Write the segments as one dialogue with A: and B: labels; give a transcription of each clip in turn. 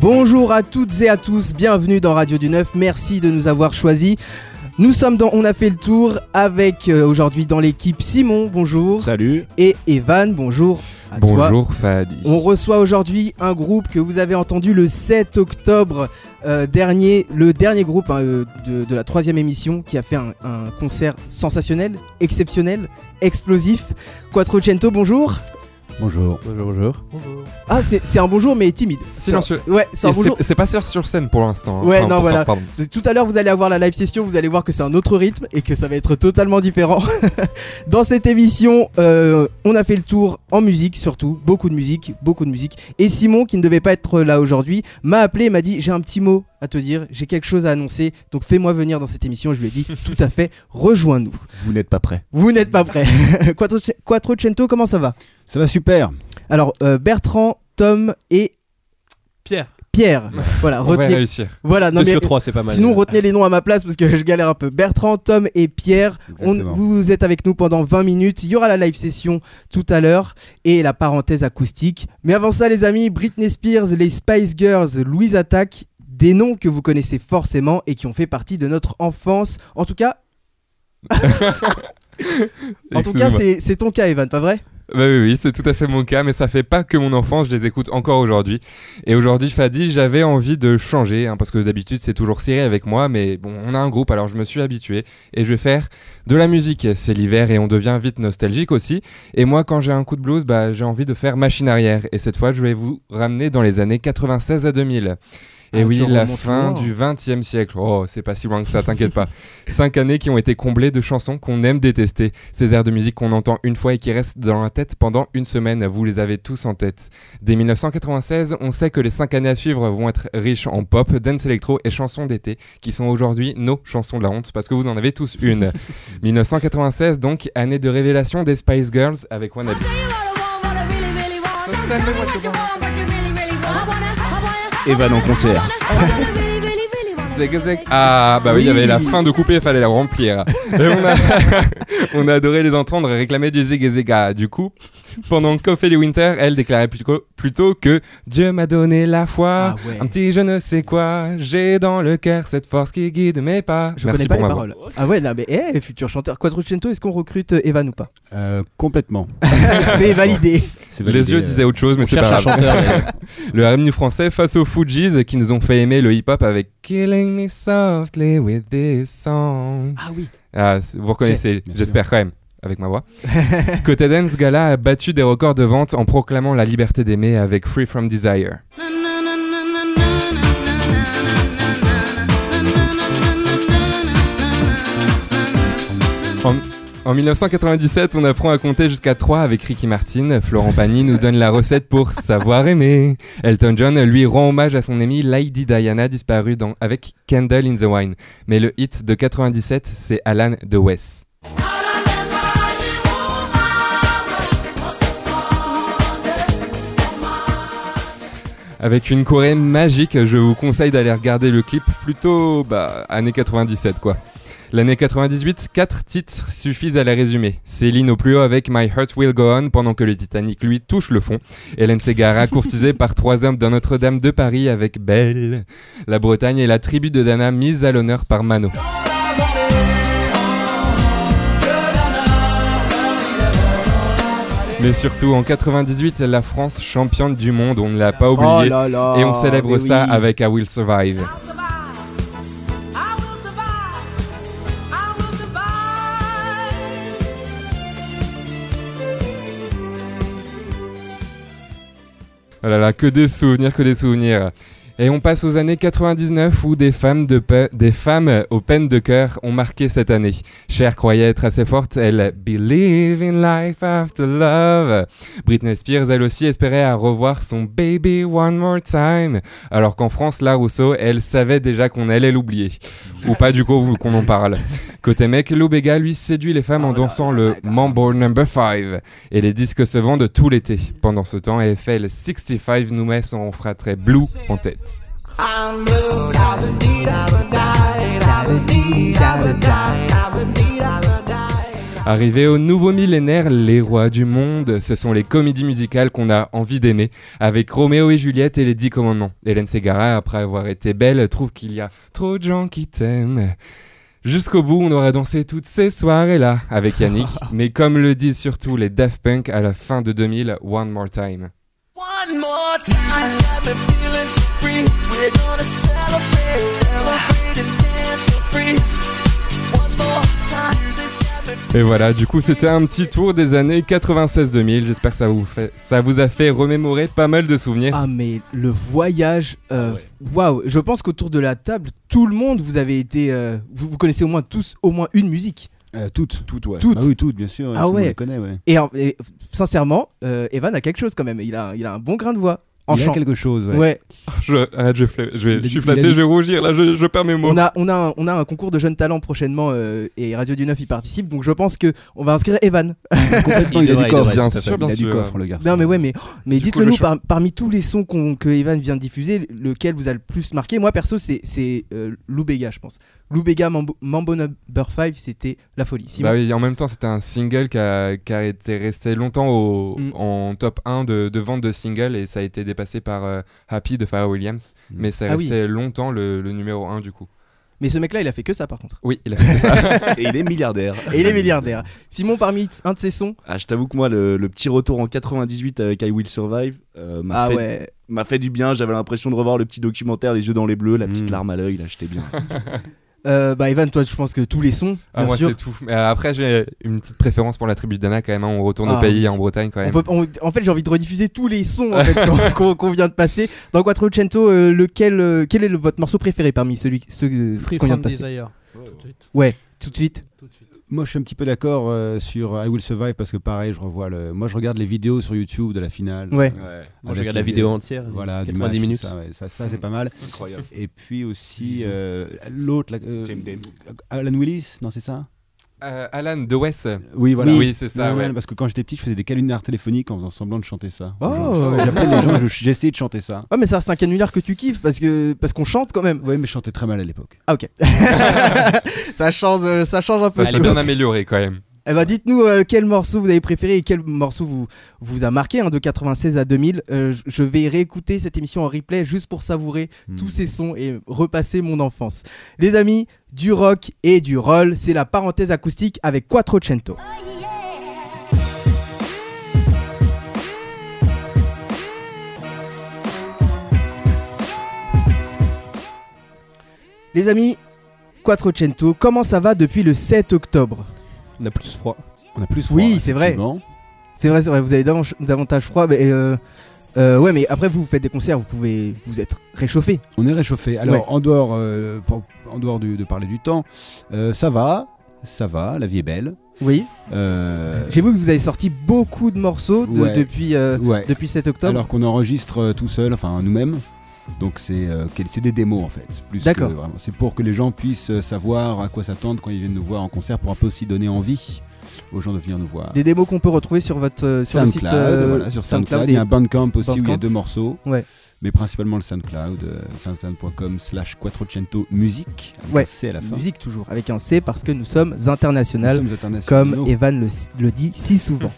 A: Bonjour à toutes et à tous, bienvenue dans Radio du Neuf, merci de nous avoir choisis. Nous sommes dans On a fait le tour avec euh, aujourd'hui dans l'équipe Simon, bonjour,
B: Salut.
A: et Evan, bonjour. à toi.
C: Bonjour Fadi.
A: On reçoit aujourd'hui un groupe que vous avez entendu le 7 octobre euh, dernier, le dernier groupe hein, euh, de, de la troisième émission qui a fait un, un concert sensationnel, exceptionnel, explosif. Quattrocento, bonjour.
B: Bonjour.
D: Bonjour, bonjour.
A: Ah, c'est c'est un bonjour mais timide.
C: Silencieux.
A: C'est un- Ouais, c'est un
C: Et
A: bonjour.
C: C'est c'est pas sûr sur scène pour l'instant. hein.
A: Ouais,
C: Enfin,
A: non,
C: pour-
A: voilà.
C: pardon.
A: Tout à l'heure, vous allez avoir la live session, vous allez voir que c'est un autre rythme et que ça va être totalement différent. Dans cette émission, euh, on a fait le tour en musique, surtout, beaucoup de musique, beaucoup de musique. Et Simon, qui ne devait pas être là aujourd'hui, m'a appelé et m'a dit J'ai un petit mot à te dire, j'ai quelque chose à annoncer, donc fais-moi venir dans cette émission. Je lui ai dit Tout à fait, rejoins-nous.
B: Vous n'êtes pas prêt.
A: Vous n'êtes pas prêts. Quattroce- Quattrocento, comment ça va
B: Ça va super.
A: Alors, euh, Bertrand, Tom et
D: Pierre.
A: Pierre. Voilà,
C: On va
A: retenez.
C: réussir.
A: Voilà, non
D: 2
A: mais.
D: sur 3, c'est pas mal.
A: Sinon, retenez les noms à ma place parce que je galère un peu. Bertrand, Tom et Pierre, on-
B: Exactement.
A: vous êtes avec nous pendant 20 minutes. Il y aura la live session tout à l'heure et la parenthèse acoustique. Mais avant ça, les amis, Britney Spears, les Spice Girls, Louise Attack, des noms que vous connaissez forcément et qui ont fait partie de notre enfance. En tout cas, en tout cas,
C: Excusez-moi.
A: c'est c'est ton cas, Evan, pas vrai
C: Bah oui, oui, c'est tout à fait mon cas, mais ça fait pas que mon enfance, je les écoute encore aujourd'hui. Et aujourd'hui, Fadi, j'avais envie de changer, hein, parce que d'habitude, c'est toujours serré avec moi, mais bon, on a un groupe, alors je me suis habitué, et je vais faire de la musique. C'est l'hiver et on devient vite nostalgique aussi. Et moi, quand j'ai un coup de blues, bah, j'ai envie de faire machine arrière. Et cette fois, je vais vous ramener dans les années 96 à 2000. Et
A: Ah,
C: oui,
A: tu
C: la
A: remontes
C: fin
A: loin.
C: du 20e siècle. Oh, c'est pas si loin que ça, t'inquiète pas. Cinq années qui ont été comblées de chansons qu'on aime détester. Ces airs de musique qu'on entend une fois et qui restent dans la tête pendant une semaine, vous les avez tous en tête. Dès 1996, on sait que les cinq années à suivre vont être riches en pop, dance électro et chansons d'été, qui sont aujourd'hui nos chansons de la honte, parce que vous en avez tous une. 1996, donc, année de révélation des Spice Girls avec Wannabe.
B: Evan en concert.
C: Zeg, zeg. Ah bah oui, il y avait la fin de couper, il fallait la remplir. Et on, a... on a adoré les entendre réclamer du zig et zega. Du coup, pendant Coffee Winter, elle déclarait plutôt, plutôt que Dieu m'a donné la foi,
A: Ah ouais.
C: un petit je ne sais quoi, j'ai dans le cœur cette force qui guide mes pas.
A: Je
C: Merci
A: connais pas
C: pour
A: les
C: ma voix.
A: paroles. Ah ouais, là, mais eh, futur chanteur. Quattrocento, est-ce qu'on recrute euh, Evan ou pas
B: Euh, complètement.
A: C'est validé.
B: C'est
C: Les
B: validé,
C: yeux
B: euh,
C: disaient autre chose, mais
D: on
C: c'est pas
D: cherche un
C: grave.
D: chanteur.
C: le revenu français face aux Fujis qui nous ont fait aimer le hip-hop avec Killing Me Softly with This Song.
A: Ah oui.
C: Ah, c'est- vous reconnaissez,
B: bien
C: j'espère quand même, avec ma voix. Côté Dance Gala a battu des records de vente en proclamant la liberté d'aimer avec Free From Desire. En 1997, on apprend à compter jusqu'à 3 avec Ricky Martin. Florent Pagny nous donne la recette pour savoir aimer. Elton John lui rend hommage à son amie Lady Diana disparue dans, avec Candle in the Wine. Mais le hit de 97, c'est Alan de Wes. Avec une choré magique, je vous conseille d'aller regarder le clip plutôt bah, années 97 quoi. L'année 98, quatre titres suffisent à la résumer. Céline au plus haut avec My Heart Will Go On pendant que le Titanic lui touche le fond. Hélène Ségara courtisée par trois hommes dans Notre-Dame de Paris avec Belle. La Bretagne et la tribu de Dana mise à l'honneur par Mano. Mais surtout en 98, la France championne du monde, on ne l'a pas oublié.
A: Oh là là.
C: Et on célèbre
A: mais
C: ça
A: oui.
C: avec I Will Survive. Oh là là, que des souvenirs, que des souvenirs. Et on passe aux années 99 où des femmes, de pe- des femmes euh, aux peines de cœur ont marqué cette année. Cher croyait être assez forte, elle Believe in life after love. Britney Spears, elle aussi, espérait à revoir son Baby One More Time. Alors qu'en France, la Rousseau, elle savait déjà qu'on allait l'oublier. Ou pas du coup, vu qu'on en parle. Côté mec, Lou Bega, lui, séduit les femmes en dansant le Mambo Number 5. Et les disques se vendent tout l'été. Pendant ce temps, FL 65 nous met son fratret Blue en tête. Arrivés au nouveau millénaire, les rois du monde, ce sont les comédies musicales qu'on a envie d'aimer, avec Roméo et Juliette et les Dix Commandements. Hélène Ségara, après avoir été belle, trouve qu'il y a trop de gens qui t'aiment. Jusqu'au bout, on aura dansé toutes ces soirées-là avec Yannick, mais comme le disent surtout les Daft Punk à la fin de 2000, One More Time.
D: One more time, got me feeling so free. We're gonna celebrate, celebrate and dance so free. One more time, this got me
C: Et voilà, du coup, c'était un petit tour des années 96-2000. J'espère que ça vous, fait, ça vous a fait remémorer pas mal de souvenirs.
A: Ah mais le voyage, euh,
B: Ah
A: waouh Je pense qu'autour de la table, tout le monde, vous avez été, euh, vous, vous connaissez au moins tous au moins une musique.
B: Euh, toutes. Toutes, ouais.
A: Toutes.
B: Bah oui, toutes, bien
A: Ah
B: sûr. tout le monde
A: ouais.
B: les connaît, ouais.
A: Et, en- et sincèrement, euh, Evan a quelque chose quand même. Il a, il a un bon grain de voix en
B: Il y a
A: chant.
B: quelque chose, ouais.
A: Ouais.
C: Je, ah, je, fla- je vais-
B: Il a dit-
C: je suis
B: il a
C: flatté,
B: dit-
C: je vais rougir, là, je, je perds mes mots.
A: On a, on, a un, on a un concours de jeunes talents prochainement euh, et Radio du 9 y participe donc je pense que on va inscrire Evan.
B: Complètement, il, a
E: devrait,
B: du
E: il
B: coffre.
E: devrait,
C: Bien
E: tout à
C: sûr,
B: Il
E: fait.
C: bien
B: a du
C: sûr.
B: coffre, le garçon.
A: Non mais ouais mais, mais
C: Du coup,
A: dites-le
C: je
A: nous
C: vais
A: par- parmi tous les sons qu'on- que Evan vient de diffuser lequel vous a le plus marqué moi perso c'est c'est euh, Lou Bega je pense. Lou Bega Mambo, Mambo Number 5 c'était la folie. Simon.
C: Bah oui, en même temps, c'était un single qui a, qui a été resté longtemps au-
A: Mm.
C: en top 1 de, de vente de singles et ça a été dépassé par euh, Happy de Pharrell Williams.
B: Mm.
C: Mais ça
A: Ah
C: restait longtemps le, le numéro 1 du coup.
A: Mais ce mec là il a fait que ça par contre.
C: Oui, il a fait ça.
E: Et il est milliardaire.
A: Et il est milliardaire. Simon parmi un de ses sons
E: Ah, je t'avoue que moi, le, le petit retour en 98 avec I Will Survive
C: Bah,
E: euh, m'a
A: Ah
E: fait,
A: ouais.
E: m'a fait du bien. J'avais l'impression de revoir le petit documentaire, les yeux dans les bleus, la petite
B: Mm.
E: larme à l'œil. Là, j'étais bien.
A: Euh, bah Evan toi je pense que tous les sons
C: Ah,
A: bien
C: moi,
A: sûr.
C: c'est tout. Mais euh, après, j'ai une petite préférence pour la tribu d'Anna quand même. hein. On retourne
A: Ah,
C: au pays,
A: oui.
C: en Bretagne quand
A: On
C: même.
A: peut- on- en fait, j'ai envie de rediffuser tous les sons en fait, qu'on- qu'on qu'on vient de passer. Dans Quattrocento, euh, lequel, euh, quel est le- votre morceau préféré parmi celui, ceux, euh, ce
F: Free
A: qu'on vient
F: from
A: de passer
F: Desire. Tout de suite.
A: Ouais, tout de suite.
F: Tout de suite.
B: Moi, je suis un petit peu d'accord euh, sur I Will Survive parce que, pareil, je revois le. Moi, je regarde les vidéos sur YouTube de la finale.
A: Ouais.
B: Moi, je
G: Moi, je
B: Avec regarde
G: regarde
B: la
G: la
B: les- vidéo
G: vidéo entière.
B: Voilà, du
G: 90
B: match, tout
G: minutes.
B: Ça, ouais. ça, ça, c'est pas mal.
E: Incroyable.
B: Et puis aussi euh, l'autre, la- euh, Alan Willis, non, c'est ça
C: Euh, Alan de West.
B: Oui, voilà.
C: Oui, c'est ça.
B: Ouais,
C: ouais.
B: ouais, Parce que quand j'étais petit, je faisais des calendars téléphoniques en faisant semblant de chanter ça.
A: Oh.
B: Genre, J'appelais les gens, je- j'essayais de chanter ça.
A: Ah, mais ça, c'est un canular que tu kiffes parce que parce qu'on chante quand même.
B: Ouais, mais je chantais très mal à l'époque.
A: Ah, ok. ça change, euh, ça change un peu.
C: Elle est bien améliorée quand même.
A: Eh ben, dites-nous euh, quel morceau vous avez préféré et quel morceau vous vous a marqué hein, de 96 à 2000. Euh, je- je vais réécouter cette émission en replay juste pour savourer tous ces sons et repasser mon enfance. Les amis, du rock et du roll, c'est la parenthèse acoustique avec Quattrocento. Les amis, Quattrocento, comment ça va depuis le 7 octobre
G: On a plus froid.
B: On a plus froid.
A: Oui, c'est vrai.
B: effectivement.
A: C'est vrai, c'est vrai, vous avez davantage, davantage froid, mais euh, euh, ouais, mais après vous faites des concerts, vous pouvez vous être réchauffé.
B: On est réchauffé. Alors,
A: Ouais.
B: en dehors, euh, pour- en dehors du- de parler du temps, euh, ça va, ça va, la vie est belle.
A: Oui.
B: Euh,
A: J'ai vu que vous avez sorti beaucoup de morceaux de-
B: Ouais.
A: depuis, euh,
B: ouais.
A: depuis 7 octobre.
B: Alors qu'on enregistre euh, tout seul, enfin nous-mêmes. Donc c'est euh, quel- c'est des démos en fait. plus que
A: D'accord.
B: vraiment. C'est pour que les gens puissent euh, savoir à quoi s'attendre quand ils viennent nous voir en concert, pour un peu aussi donner envie aux gens de venir nous voir.
A: Des démos qu'on peut retrouver sur votre euh, sur le
B: SoundCloud,
A: site euh,
B: voilà, sur SoundCloud,
A: SoundCloud,
B: il y a un Bandcamp aussi où il y
A: Bandcamp.
B: a deux morceaux.
A: Ouais.
B: Mais principalement le SoundCloud, euh, soundcloud.com slash quattrocento musique, avec
A: Ouais.
B: un C à la
A: et
B: fin.
A: musique toujours avec un C parce que nous sommes
B: Nous
A: internationaux
B: sommes internationaux.
A: comme Evan le, le dit si souvent.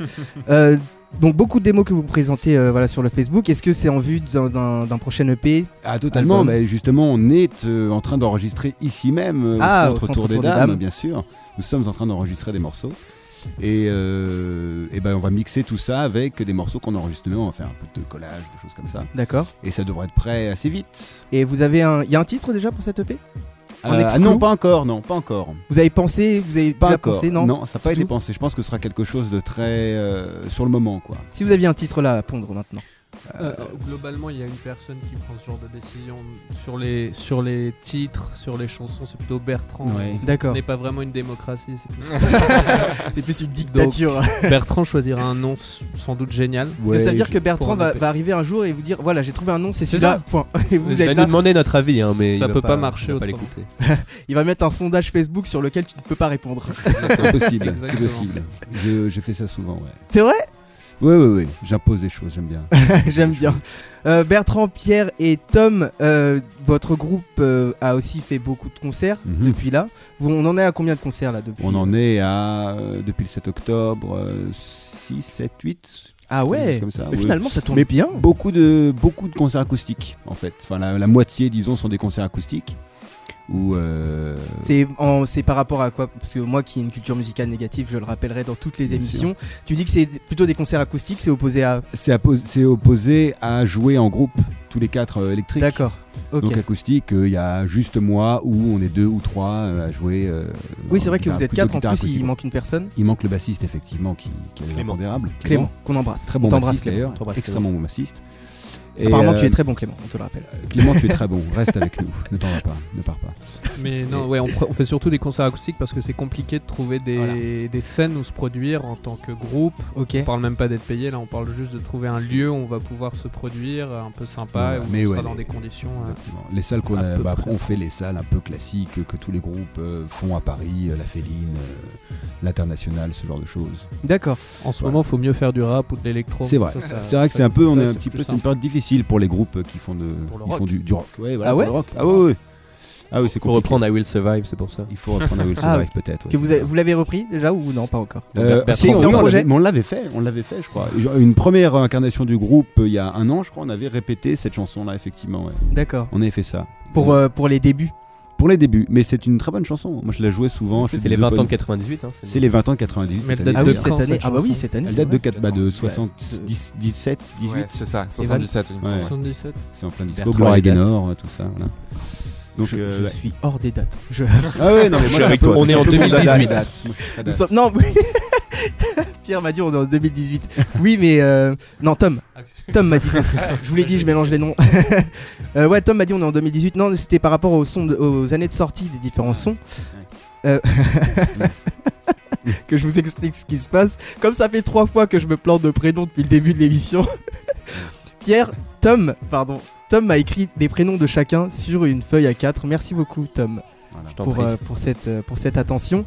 A: Euh, donc beaucoup de démos que vous présentez euh, voilà sur le Facebook. Est-ce que c'est en vue d'un- d'un d'un prochain E EP
B: Ah totalement,
A: Album.
B: mais justement on est euh, en train d'enregistrer ici même, euh,
A: Ah,
B: au centre,
A: au centre
B: Tour des,
A: Tour des
B: Dames,
A: Dames.
B: bien sûr. Nous sommes en train d'enregistrer des morceaux. Et, euh, eh ben on va mixer tout ça avec des morceaux qu'on enregistre nous, on va faire un peu de collage, des choses comme ça.
A: D'accord.
B: Et ça devrait être prêt assez vite.
A: Et vous avez un il y a un titre déjà pour E cet EP En
B: ah
A: exclu
B: non, pas encore, non, pas encore.
A: Vous avez pensé Vous avez
B: Pas
A: déjà
B: encore.
A: pensé non,
B: ça n'a pas
A: Du
B: été
A: tout
B: pensé. Je pense que ce sera quelque chose de très euh, sur le moment, quoi.
A: Si vous aviez un titre là à pondre maintenant.
F: Euh, globalement, il y a une personne qui prend ce genre de décision sur les, sur les titres, sur les chansons. C'est plutôt Bertrand.
B: Ouais.
F: Ce-
A: D'accord.
F: Ce n'est pas vraiment une démocratie. c'est plus-
A: C'est plus une
F: dictature. Bertrand choisira un nom s- sans doute génial.
A: Parce que ça veut dire que Bertrand
F: pour un
A: va,
F: EP.
A: va arriver un jour et vous dire voilà j'ai trouvé un nom c'est
G: C'est
A: celui-là
G: ça.
A: point et vous
G: Vous allez
A: êtes
G: nous
A: là
G: demander notre avis, hein, mais
F: Ça
G: il va
F: peut pas marcher
G: il va pas
F: autrement.
G: l'écouter.
A: il va mettre un sondage Facebook sur lequel tu ne peux pas répondre
B: C'est possible, c'est
F: Exactement.
B: possible. Je- J'ai fait ça souvent, ouais.
A: c'est vrai
B: Oui, oui, oui, j'impose des choses, j'aime bien.
A: J'aime bien. Euh, Bertrand, Pierre et Tom, euh, votre groupe euh, a aussi fait beaucoup de concerts
B: Mhm.
A: depuis là. Vous, on en est à combien de concerts là depuis
B: On en est à, euh, depuis le 7 octobre, euh, 6, 7, 8.
A: Ah ouais.
B: comme ça,
A: Mais
B: oui.
A: finalement, ça tourne
B: Mais
A: bien.
B: Beaucoup de, beaucoup de concerts acoustiques, en fait. Enfin, la, la moitié, disons, sont des concerts acoustiques. Ou euh,
A: C'est en- c'est par rapport à quoi Parce que moi qui ai une culture musicale négative, je le rappellerai dans toutes les
B: Bien
A: émissions. Tu dis que c'est plutôt des concerts acoustiques, c'est opposé à.
B: c'est appo- c'est opposé à jouer en groupe, tous les quatre euh, électriques.
A: D'accord. Ok.
B: Donc acoustique, euh, il y a juste moi où on est deux ou trois euh, à jouer. euh,
A: oui, c'est
B: en
A: vrai que
B: guitare-
A: vous êtes
B: plutôt
A: quatre en
B: guitare
A: plus,
B: acoustique.
A: il manque une personne.
B: Il manque le bassiste effectivement qui, qui est
G: Clément.
B: impondérable.
A: Clément, qu'on embrasse.
B: Très bon
A: On t'embrasse,
B: bassiste
A: Clément.
B: d'ailleurs,
G: T'embrasse,
B: extrêmement bon bassiste. Et,
A: Apparemment,
B: euh,
A: tu es très bon, Clément, on te le rappelle.
B: Clément, tu es très bon. Reste avec nous. Ne t'en va pas. Ne pars pas.
F: Mais non, ouais, on, pr- on fait surtout des concerts acoustiques parce que c'est compliqué de trouver des, des scènes où se produire en tant que groupe.
A: Ok.
F: On parle même pas d'être payé, là on parle juste de trouver un lieu où on va pouvoir se produire euh, un peu sympa
B: Voilà,
F: et où
B: mais
F: on
B: ouais,
F: sera dans
B: les-
F: des conditions. euh,
B: Exactement. Les salles qu'on
F: À
B: a,
F: peu
B: bah,
F: près.
B: après on fait les salles un peu classiques que tous les groupes euh, font à Paris, euh, la Féline, euh, l'international, ce genre de choses.
A: D'accord.
F: En ce
B: Voilà.
F: moment, faut mieux faire du rap ou de l'électro.
B: C'est vrai.
F: Ça, Euh, ça-
B: C'est vrai que c'est un peu, on
F: ça,
B: est un
F: c'est
B: petit
F: plus
B: peu, c'est
F: simple.
B: une période difficile pour les groupes qui font de,
F: Pour le
B: qui
F: rock.
B: font du, du rock. Ouais, voilà,
A: Ah
B: pour
A: ouais
B: le rock. Ah ouais, ouais. Ah oui, c'est
G: Faut
B: compliqué.
G: reprendre I Will Survive, c'est pour ça.
B: Il faut reprendre Will
A: Ah,
B: Survive peut-être. ouais,
A: Que vous,
B: c'est
A: avez-
B: ça.
A: vous l'avez repris déjà ou non pas encore
B: Euh,
G: Bertrand,
B: si,
A: c'est
B: on
A: un projet.
B: l'avait- mais on l'avait fait, on l'avait fait, je crois. Une première incarnation du groupe euh, il y a un an, je crois, on avait répété cette chanson-là effectivement. ouais.
A: D'accord.
B: On avait fait ça.
A: Pour,
B: Ouais.
A: euh, pour les débuts.
B: Pour les débuts, mais c'est une très bonne chanson. Moi, je la jouais souvent. je fais
G: C'est
B: des
G: les 20 ans
B: open-
G: de 98. Hein,
B: C'est les 20 ans 98.
F: Mais elle
B: cette
F: date
A: Ah
B: année.
A: oui,
F: quand,
A: cette année.
F: cette
A: Ah bah oui,
F: chanson
A: cette année.
B: Elle
A: c'est
B: date de,
A: vrai.
B: 4, bah, de
A: Ouais.
B: 70, 17, 18.
C: Ouais, c'est ça,
A: Evan
C: 77. il me
B: Ouais.
C: semble.
F: 77.
B: C'est en plein disco.
G: Bertrand
B: Gloire et
G: Lagat.
B: Gaynor, tout ça. Voilà. Donc,
A: je,
B: euh,
A: je
B: ouais.
A: suis hors des dates. Je-
B: Ah ouais, non, mais
G: Je
B: moi,
G: suis
B: j'ai
G: avec
B: un peu-
G: toi. On est en
B: je suis un peu
G: 2018.
B: date. Moi, je suis pas
A: Nous
B: date.
A: sommes- Non, oui. Pierre m'a dit on est en 2018. Oui, mais euh, non, Tom. Tom m'a dit. Je vous l'ai dit, je mélange les noms. Euh, ouais, Tom m'a dit on est en 2018. Non, c'était par rapport aux, sons de- aux années de sortie des différents sons. Euh, que je vous explique ce qui se passe. Comme ça fait trois fois que je me plante de prénom depuis le début de l'émission. Pierre, Tom, pardon. Tom m'a écrit les prénoms de chacun sur une feuille à 4 Merci beaucoup, Tom
B: Voilà.
G: Je t'en
A: pour,
G: prie.
A: euh, pour, cette, euh, pour cette attention.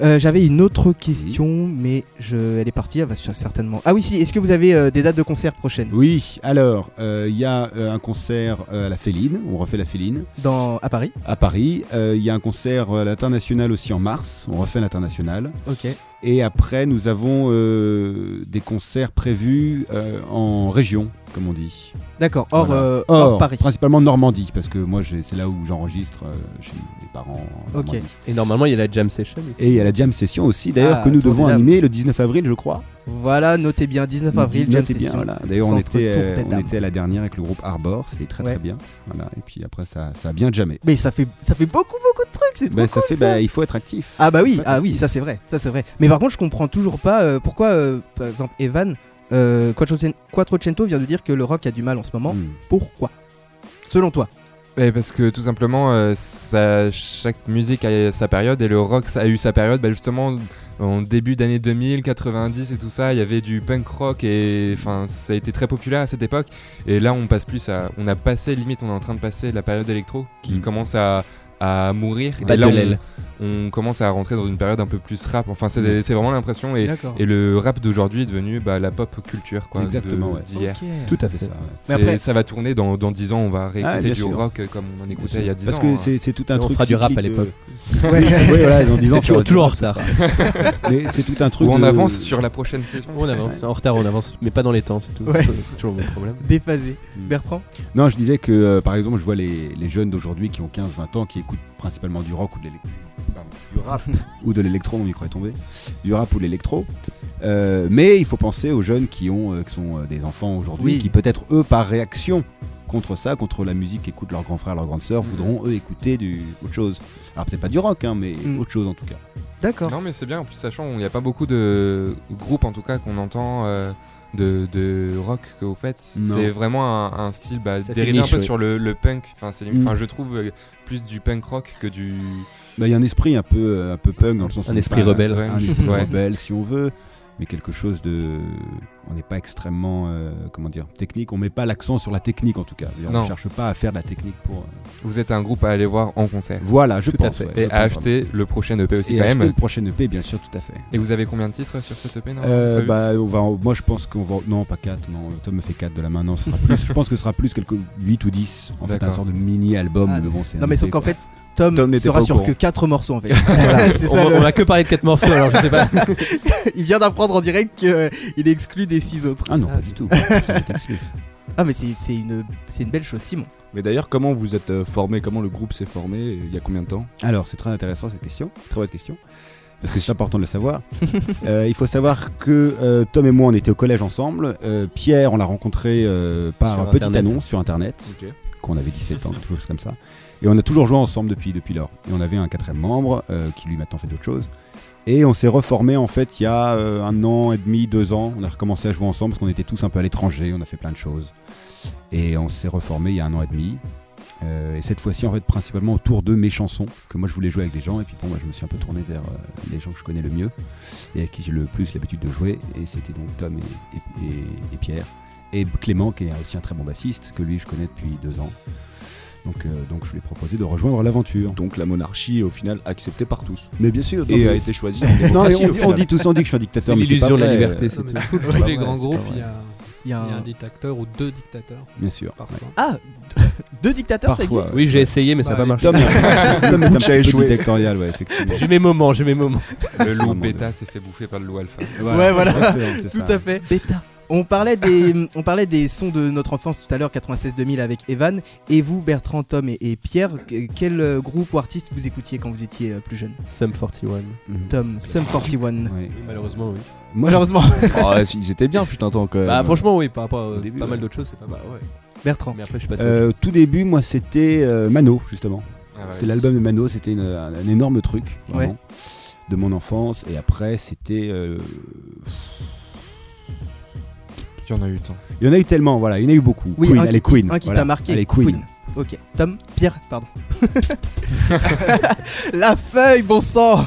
A: Euh, J'avais une autre question, mais je, elle est partie, elle va sur- certainement. Ah oui, si, est-ce que vous avez euh, des dates de concert prochaines
B: Oui, alors, euh, il y a euh, un concert euh, à la Féline, on refait la Féline,
A: dans, à Paris
B: à Paris. Euh, Il y a un concert euh, à l'international aussi en mars, on refait l'international.
A: Ok.
B: Et après, nous avons euh, des concerts prévus euh, en région, comme on dit.
A: D'accord, hors,
B: Voilà.
A: euh, hors Paris.
B: Principalement Normandie, parce que moi, j'ai- c'est là où j'enregistre euh, chez mes parents. en
A: Ok.
B: Normandie.
G: Et normalement, il y a la jam session. ici.
B: Et il y a la jam session aussi, d'ailleurs,
A: Ah,
B: que nous
A: tour des
B: devons
A: dames.
B: animer le 19 avril, je crois.
A: Voilà, notez bien, 19 avril,
B: Notez
A: jam
B: bien,
A: session.
B: voilà. D'ailleurs, on
A: Centre
B: était,
A: Tour
B: euh,
A: des
B: on
A: Dames.
B: était à la dernière avec le groupe Arbor, c'était très
A: Ouais.
B: très bien. Voilà. Et puis après, ça, ça a bien jamais.
A: Mais ça fait, ça fait beaucoup, beaucoup de trucs, c'est trop
B: ça
A: cool,
B: fait,
A: ça.
B: bah, il faut être actif.
A: Ah bah
B: il
A: oui,
B: faut être
A: ah oui,
B: actif.
A: ça c'est vrai, ça c'est vrai. Mais par contre, je comprends toujours pas euh, pourquoi, euh, par exemple, Evan, euh, Quattrocen- Quattrocento vient de dire que le rock a du mal en ce moment.
B: Hmm.
A: Pourquoi Selon toi
C: Et parce que tout simplement, euh, ça- chaque musique a sa période et le rock ça a eu sa période. Bah, justement, en début d'année 2000, 90 et tout ça, il y avait du punk rock et enfin ça a été très populaire à cette époque. Et là, on passe plus à, on a passé limite, on est en train de passer la période électro qui
B: Mm.
C: commence à à mourir.
G: Pas
C: et là,
G: de
C: on-
G: l'aile.
C: on, commence à rentrer dans une période un peu plus rap. Enfin, c'est
B: Mm.
C: c'est vraiment l'impression et
F: D'accord.
C: et le rap d'aujourd'hui est devenu bah, la pop culture quoi, de-
B: Exactement, ouais.
C: d'hier.
B: Tout à fait ça. ouais.
C: C'est-
A: après-
C: Ça va tourner dans, dans 10 ans, on va
B: Ah,
C: réécouter
B: bien
C: du
B: sûr.
C: rock euh, comme on en écoutait il y a 10
B: Parce
C: ans.
B: que
C: hein.
B: c'est c'est tout un
G: Et on
B: truc.
G: fera du rap
B: cyclique
G: à
B: de-
G: l'époque.
B: Ouais, ouais, voilà, dans 10 ans,
G: C'est toujours-
B: tu
G: toujours en
B: auras-
G: retard.
B: Mais c'est tout un truc.
C: Ou on
B: de-
C: avance sur la prochaine saison.
G: On avance, en retard on avance, mais pas dans les temps, c'est tout.
A: Ouais.
G: C'est c'est toujours mon problème.
A: Déphasé.
B: Hmm.
A: Bertrand
B: Non, je disais que euh, par exemple, je vois les, les jeunes d'aujourd'hui qui ont 15-20 ans qui écoutent principalement du rock ou de l'électro. pardon, Du rap ou de l'électro, mon micro est tombé. Du rap ou de l'électro. Euh, mais il faut penser aux jeunes qui, ont, euh, qui sont euh, des enfants aujourd'hui,
A: Oui.
B: qui peut-être eux, par réaction contre ça, contre la musique qu'écoutent leurs grands frères, leurs grandes sœurs, voudront eux écouter du, autre chose. Alors peut-être pas du rock, hein, mais
A: Mm.
B: autre chose en tout cas.
A: D'accord.
C: Non mais c'est bien, en plus sachant il n'y a pas beaucoup de groupes en tout cas qu'on entend euh, de, de rock que vous faites.
B: Non.
C: C'est vraiment un, un style bah,
G: Ça, c'est
C: dérivé un
G: niche,
C: peu
G: oui.
C: sur le, le punk. Enfin, c'est-
B: Mm.
C: enfin, je trouve euh, plus du punk rock que du...
B: Bah, Il y a un esprit un peu, euh, un peu punk dans le sens où
G: Un
B: on est
G: esprit
B: pas-
G: rebelle.
C: Ouais.
B: un esprit
C: Ouais.
B: rebelle si on veut mais quelque chose de. On n'est pas extrêmement, euh, comment dire, technique. On met pas l'accent sur la technique en tout cas. On
C: Non.
B: ne cherche pas à faire de la technique pour. euh,
C: Vous êtes un groupe à aller voir en concert.
B: Voilà, je
G: Tout à
B: pense.
G: fait.
B: ouais, je
C: Et
B: pense
C: à
B: vraiment.
C: acheter le prochain EP aussi
B: Et
C: quand
B: acheter
C: même. Ah,
B: le prochain EP, bien sûr, tout à fait.
C: Et vous avez combien de titres sur cet EP non
B: Euh,
C: Pas vu
B: bah, on va, moi je pense qu'on va. Non, pas 4, non, Tom me fait 4 de la main, non, ce sera plus. je pense que ce sera plus quelque 8 ou 10. En fait, un
C: D'accord.
B: sort de mini-album.
A: Ah,
B: mais bon, c'est
A: Non
B: un E
A: mais sauf
B: EP,
A: qu'en
B: quoi.
A: fait Tom,
B: Tom n'était
A: sera
B: pas au
A: sur
B: courant.
A: que 4 morceaux en fait. c'est
G: on,
A: ça
G: va-
A: le-
G: on a que parlé de 4 morceaux alors je sais pas.
A: Il vient d'apprendre en direct qu'il est exclu des 6 autres.
B: Ah non,
F: Ah,
B: pas du tout. Ça m'est absolu.
A: Ah mais c'est c'est une, c'est une belle chose Simon.
E: Mais d'ailleurs, comment vous êtes euh, formé Comment le groupe s'est formé et Il y a combien de temps
B: Alors, c'est très intéressant cette question, très bonne question, parce que c'est important de le savoir. Euh, il faut savoir que euh, Tom et moi, on était au collège ensemble. Euh, Pierre, on l'a rencontré euh, par
G: Sur
B: petite
G: Internet.
B: annonce sur Internet,
E: Ok.
B: qu'on avait 17 ans, quelque chose comme ça. Et on a toujours joué ensemble depuis, depuis lors. Et on avait un quatrième membre, euh, qui lui maintenant fait d'autres choses. Et on s'est reformé en fait il y a euh, un an et demi, deux ans. On a recommencé à jouer ensemble parce qu'on était tous un peu à l'étranger, on a fait plein de choses. Et on s'est reformé il y a un an et demi. Euh, et cette fois-ci, en fait, principalement autour de mes chansons que moi je voulais jouer avec des gens. Et puis bon, moi je me suis un peu tourné vers euh, les gens que je connais le mieux et avec qui j'ai le plus l'habitude de jouer. Et c'était donc Tom et, et- et- et Pierre et Clément, qui est aussi un très bon bassiste que lui je connais depuis deux ans. Donc, euh, donc je lui ai proposé de rejoindre l'aventure.
E: Donc la monarchie est au final acceptée par tous
B: Mais bien sûr.
E: et a été choisie. en
B: Non, mais
E: démocratie, au
B: on, on
E: final.
B: dit tous, on dit que je suis un dictateur. mais c'est
G: l'illusion
B: pas
G: de la
B: vrai.
G: liberté.
F: Non,
G: euh, c'est
F: mais
G: tout.
F: tous tous
B: pas
F: les
B: vrai,
F: grands
B: c'est
F: groupes,
B: pas vrai.
F: il y a,
A: Il y a
F: il y a
A: un...
F: un dictateur ou deux dictateurs
B: Bien sûr.
F: parfois.
A: Ah Deux dictateurs ça
B: Parfois,
A: existe
G: Oui, j'ai essayé mais ça n'a
F: Bah, et
G: pas marché.
B: Tom, Tom est un petit peu
E: échoué.
B: dictatorial, ouais, effectivement.
G: J'ai mes moments, j'ai mes moments.
C: Le loup
B: Vraiment,
C: bêta s'est fait bouffer par le hein. loup alpha.
A: Ouais, voilà.
B: exactement, c'est
A: Tout
B: ça.
A: à fait. On parlait des on parlait des sons de notre enfance tout à l'heure 96 2000 avec Evan et vous Bertrand, Tom et, et Pierre que- quel euh, groupe ou artiste vous écoutiez quand vous étiez euh, plus jeune
G: Sum 41.
B: Mhm.
A: Tom Sum 41.
B: Ouais.
G: malheureusement, oui.
B: Moi,
A: Malheureusement
E: Ah, si, ils étaient bien, fut un temps quand même.
G: Bah, franchement, oui, par rapport à euh,
B: début,
G: pas mal
B: ouais.
G: d'autres choses, c'est pas mal.
A: Bertrand.
G: Mais après, je suis passé.
B: Euh, tout début, moi, c'était euh, Mano, justement.
C: Ah ouais.
B: C'est l'album de Mano, c'était une- un, un énorme truc vraiment,
A: Ouais.
B: de mon enfance. Et après, c'était. euh,
C: Il y en a eu tant.
B: Il y en a eu tellement, voilà, il y en a eu beaucoup.
A: Oui,
B: Queen,
A: un qui-
B: allez, Queen.
A: un qui
B: voilà,
A: t'a marqué.
B: Allez, Queen.
A: OK. Tom, Pierre, pardon. La feuille bon sang.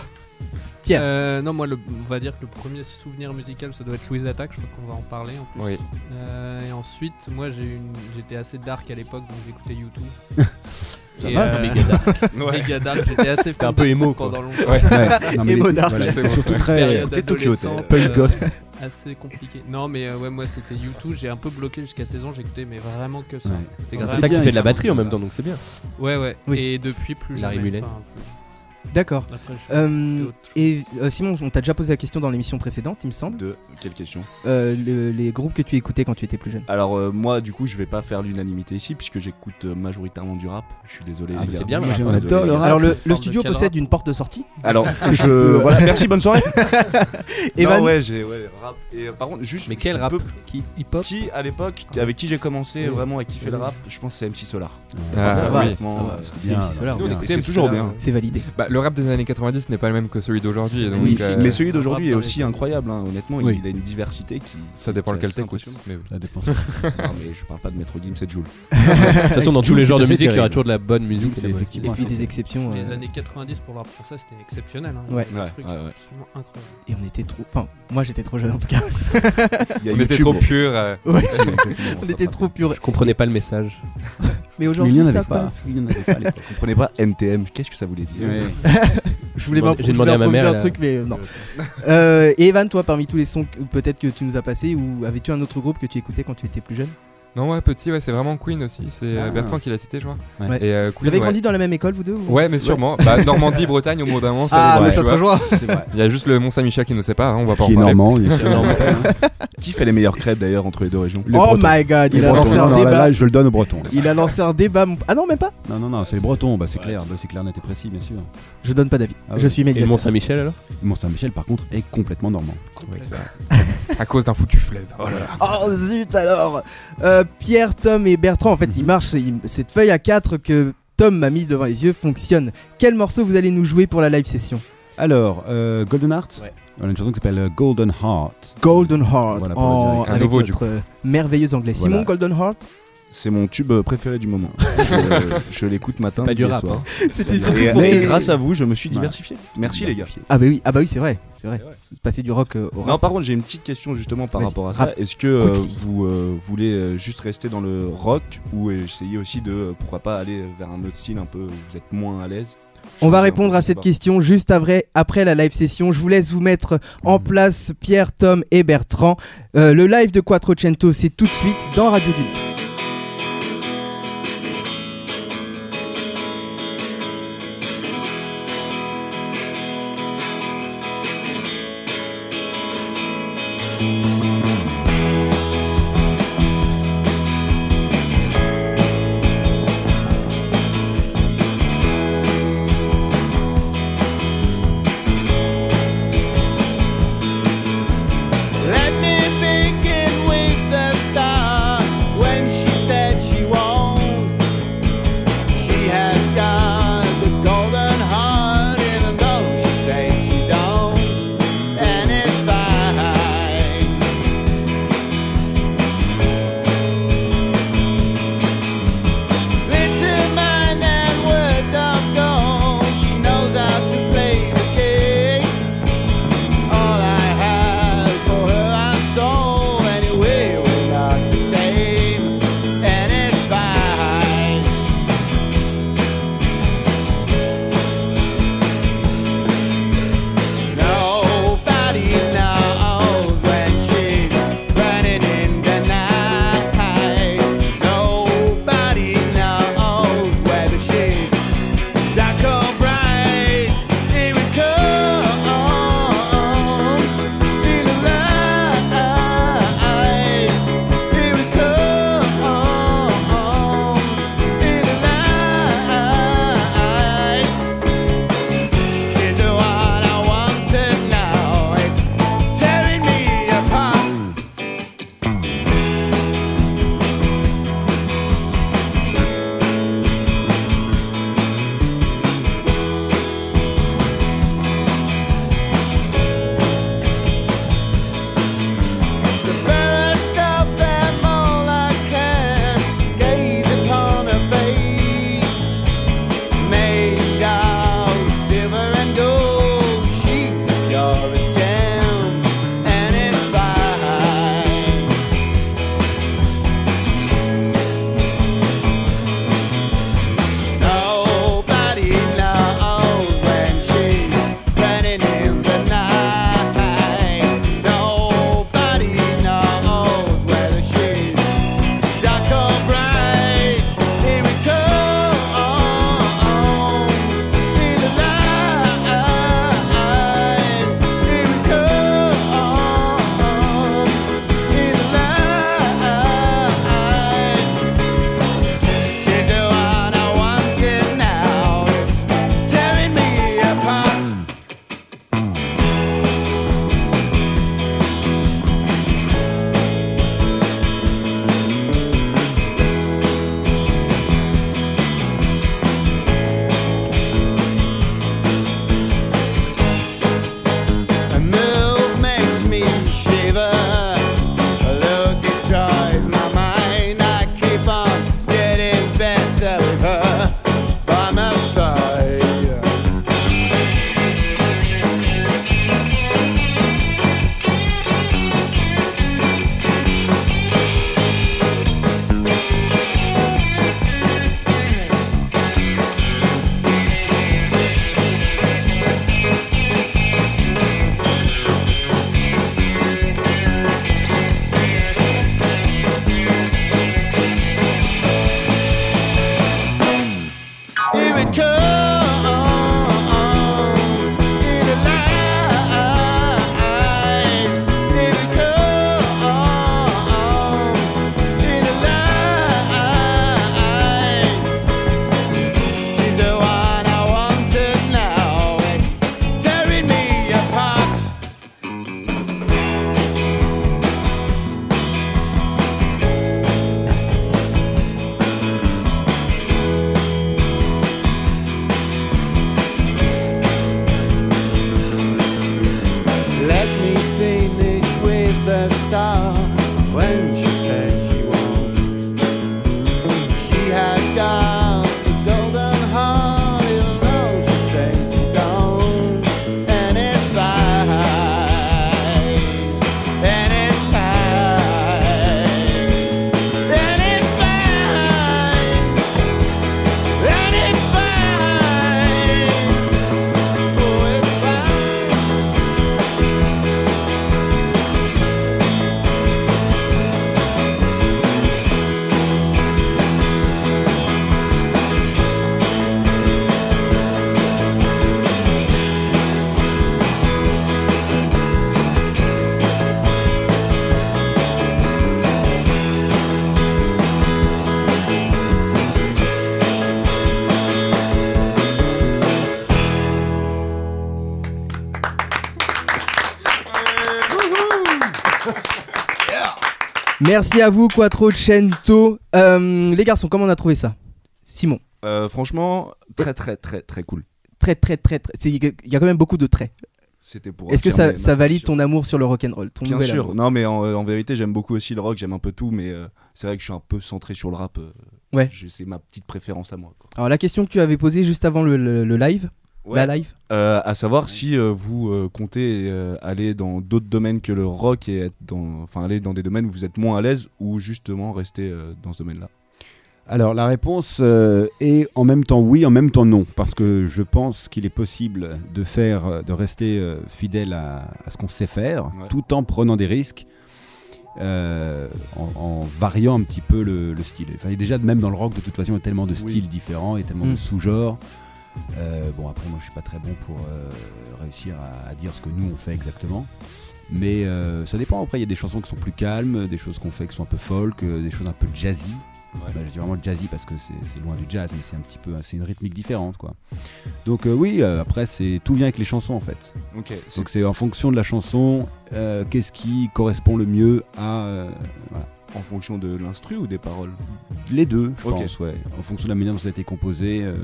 A: Pierre.
F: Euh, non, moi, le- on va dire que le premier souvenir musical, ça doit être Louise Attack, je crois qu'on va en parler en plus.
C: Oui.
F: Euh, et ensuite, moi, j'ai eu une- j'étais assez dark à l'époque, donc j'écoutais YouTube. euh,
B: Ça va,
F: méga dark. méga dark, j'étais assez fan
G: un peu
F: de-
G: émo, quoi.
F: pendant longtemps.
B: Ouais, non, mais
A: Et
B: les-
A: Monarch.
B: voilà,
C: C'est
B: c'était
C: bon.
B: surtout très.
F: Période
B: Tokyo,
G: hein,
F: adolescente,
B: t'es-
F: euh, assez compliqué. Non, mais euh, ouais, moi c'était YouTube. J'ai un peu bloqué jusqu'à 16 ans. J'écoutais, mais vraiment que ça.
B: Ouais.
F: C'est
G: C'est
F: grave.
G: ça qui
B: bien,
G: fait de
B: il
G: la
B: faut
G: batterie en
B: faire ça.
G: même temps, donc c'est bien.
F: Ouais, ouais.
A: Oui.
F: Et depuis, plus
G: Larry
F: jamais.
G: Mullen.
F: Enfin, plus-
A: D'accord.
F: Après, je-
A: Euh,
F: autre chose.
A: et euh, Simon, on t'a déjà posé la question dans l'émission précédente, il me semble.
E: De quelle question
A: Euh, le- les groupes que tu écoutais quand tu étais plus jeune.
E: Alors euh, moi, du coup, je vais pas faire l'unanimité ici puisque j'écoute euh, majoritairement du rap. Je suis désolé.
B: Ah,
E: les
B: mais
E: gars.
G: c'est bien, le hein,
E: Je suis
B: rap.
E: désolé,
B: J'adore
E: les
B: le
E: gars.
B: rap.
A: Alors le, le
F: Parle de
A: studio
F: quel
A: possède
F: rap
A: une porte de sortie.
E: Alors, je voilà. Merci, bonne soirée.
A: Et
E: Non, ouais, j'ai ouais, rap. Et euh, par contre, juste.
G: Mais
E: je
G: quel
E: suis
G: rap
E: peu-
G: Qui
F: Hip-hop.
E: Qui à l'époque, avec qui j'ai commencé vraiment à kiffer le rap Je pense que c'est MC Solar.
C: Ah,
E: Ça,
A: ça va.
C: oui.
E: honnêtement,
A: Ça va,
E: euh,
A: parce que
B: Bien,
A: c'est Solar.
B: bien.
E: et c'est toujours bien.
A: C'est validé.
C: Bah, le rap des années 90 n'est pas le même que celui d'aujourd'hui. Donc,
A: Oui,
C: euh,
E: Mais celui d'aujourd'hui est
F: Rap dans
E: aussi incroyable, hein. honnêtement,
B: Oui.
E: il a une diversité qui.
C: ça dépend
E: qui est
C: lequel
E: assez
C: t'écoutes.
E: impressionnante.
C: mais oui.
B: Ça dépend.
E: Non, mais je parle pas de Metro Gims et de Jules.
G: De toute façon, dans tous les
B: Jules,
G: genres de
B: c'est
G: musique, il y aura
B: terrible.
G: toujours de la bonne musique.
B: C'est
G: et des-
B: effectivement
A: Et puis
B: Ouais,
A: des exceptions.
F: Les
A: euh,
F: années 90 pour le rap français, c'était exceptionnel. Hein. Il y
A: Ouais.
F: avait des
E: Ouais,
F: trucs
E: ouais, ouais.
F: absolument incroyables.
A: Et on était trop. Enfin, moi j'étais trop jeune en tout cas.
E: Il y a
C: On était
E: YouTube,
C: trop
E: bon.
C: purs. euh,
A: on était trop pur.
G: Je comprenais pas le message.
A: Mais
B: Mais il y
A: aujourd'hui
B: en avait
A: ça
B: pas.
A: passe.
B: Il y en avait pas à l'époque.
E: Vous comprenez pas NTM, qu'est-ce que ça voulait dire
B: Ouais.
A: Je voulais
G: J'ai
A: m'impro-
G: demandé
A: je voulais
G: à ma
A: improviser
G: mère,
A: un
G: elle a-
A: truc, mais euh, non. Euh, et Evan, toi, parmi tous les sons que- peut-être que tu nous as passés, ou avais-tu un autre groupe que tu écoutais quand tu étais plus jeune
C: Non, ouais, petit, ouais, c'est vraiment Queen aussi. C'est euh,
B: Ah.
C: Bertrand qui l'a cité, je crois.
B: Ouais.
C: Et, euh,
A: Vous
C: Queen,
A: avez
C: ouais.
A: grandi dans la même école, vous deux ou-
C: Ouais, mais sûrement. Bah, Normandie, Bretagne, au bout d'un moment, ça
A: Ah,
C: nous va,
A: mais ça
C: tu
A: se
C: vois.
A: rejoint.
B: C'est vrai.
C: Il y a juste le Mont Saint-Michel qui nous sépare, hein, on va pas
B: Qui est
C: en parler.
B: normand, bien sûr.
E: Qui fait les meilleures crêpes d'ailleurs entre les deux régions
B: Le
A: Oh
B: breton.
A: my god, il
B: Les
A: a
B: Bretons,
A: lancé un
B: non, là,
A: débat.
B: là, je le donne aux Bretons.
A: Il a lancé un débat. mon- Ah non, même pas
B: Non, non, non, c'est les Bretons, bah, c'est
E: Ouais,
B: clair, bah, c'est clair, net et précis, bien sûr.
A: Je donne pas d'avis.
B: Ah
A: Je
B: ouais.
A: suis
G: Et
A: médiateur.
G: Mont Saint-Michel alors
B: Mont Saint-Michel, par contre, est complètement normand.
C: Ouais, ça- à cause d'un foutu fleuve. Oh là là.
A: Oh zut alors Euh, Pierre, Tom et Bertrand, en fait, ils marchent. ils- cette feuille à 4 que Tom m'a mise devant les yeux fonctionne. Quel morceau vous allez nous jouer pour la live session
B: Alors, euh, Golden Heart
G: Ouais.
B: On a une chanson qui s'appelle euh, Golden Heart.
A: Golden Heart,
B: Voilà, pour
A: en,
B: le dire.
C: Un
A: avec
C: nouveau, du
A: notre merveilleux anglais. Simon
B: Voilà.
A: Golden Heart
E: c'est mon tube euh, préféré du moment. je euh, je l'écoute matin,
G: pas hein. du
E: midi et
G: rap,
E: soir.
A: C'était surtout
E: Et,
A: pour
E: et
A: que-
E: grâce à vous, je me suis
B: Ouais.
E: diversifié. Merci les gars.
A: Ah bah oui, ah bah oui, c'est vrai, c'est vrai. C'est Passer du rock euh, au
E: Non,
A: rap.
E: par contre, j'ai une petite question justement par
A: Vas-y,
E: rapport à ça. Est-ce que euh,
A: Quickly.
E: vous euh, voulez euh, juste rester dans le rock ou essayer aussi de euh, pourquoi pas aller vers un autre style un peu où vous êtes moins à l'aise Je
A: On va
E: sais
A: répondre
E: pas,
A: à
E: je sais
A: cette
E: pas.
A: question juste après, après la live session. Je vous laisse vous mettre en place Pierre, Tom et Bertrand. Euh, le live de Quattrocento, c'est tout de suite dans Radio du Nord.
D: Let me think and wake the star when she said she won't. She has got the golden heart, even though she says she don't, and it's fine. Little mind and words of gold, she knows how to play the game. All I had for her I sold anyway we're not the same and it's fine Nobody knows when she's running in the night Nobody knows whether she's Dark or bright, it would come in the light. It would come in the light. She's the one I wanted now. It's tearing me apart. The fairest of them all I can gaze upon her face, made of silver and gold. She's the purest gem, and it's fine. Nobody knows when she's running in the night. Nobody knows whether she's dark or bright. Here it comes in the light. Here it comes in the light. She's the one I wanted now. It's tearing me apart. A move makes me shiver. A look destroys my mind. I keep on getting better with her by my side. Here it comes in the light. Here it comes in the light. She's the one I wanted now. It's tearing me apart.
A: Merci à vous, Quattrocento. Euh, les garçons, comment on a trouvé ça Simon,
E: Euh, franchement, très très très très cool.
A: très, très, très, très. c'est- Il y a quand même beaucoup de traits.
E: C'était pour.
A: Est-ce que
E: affirmer
A: ça,
E: ma
A: ça valide
E: position.
A: ton amour sur le rock'n'roll ton
E: Bien
A: nouvel
E: sûr.
A: amour
E: Non, mais en, en vérité, j'aime beaucoup aussi le rock. J'aime un peu tout, mais euh, c'est vrai que je suis un peu centré sur le rap. euh,
A: Ouais.
E: je- C'est ma petite préférence à moi. quoi.
A: Alors, la question que tu avais posée juste avant le, le- le live, la live,
E: Euh, à savoir si euh, vous euh, comptez euh, aller dans d'autres domaines que le rock et être dans, enfin aller dans des domaines où vous êtes moins à l'aise ou justement rester euh, dans ce domaine-là.
B: Alors la réponse euh, est en même temps oui, en même temps non, parce que je pense qu'il est possible de faire, euh, de rester euh, fidèle à, à ce qu'on sait faire,
E: Ouais.
B: tout en prenant des risques, euh, en, en variant un petit peu le, le style. Enfin, et déjà même dans le rock, de toute façon, il y a tellement de styles différents, il y a tellement
A: Mm.
B: de sous-genres. Euh, bon après, moi, je suis pas très bon pour euh, réussir à, à dire ce que nous on fait exactement. Mais euh, ça dépend. Après, il y a des chansons qui sont plus calmes, des choses qu'on fait qui sont un peu folk, euh, des choses un peu jazzy. Bah, je dis vraiment jazzy parce que c'est c'est loin du jazz, mais c'est un petit peu, c'est une rythmique différente, quoi. Donc euh, oui, euh, après c'est tout vient avec les chansons en fait.
E: Ok.
B: Donc c'est en fonction de la chanson, euh, qu'est-ce qui correspond le mieux à euh, voilà.
E: En fonction de l'instru ou des paroles.
B: les deux, je
E: Ok.
B: pense, ouais. En fonction de la manière dont ça a été composé. euh,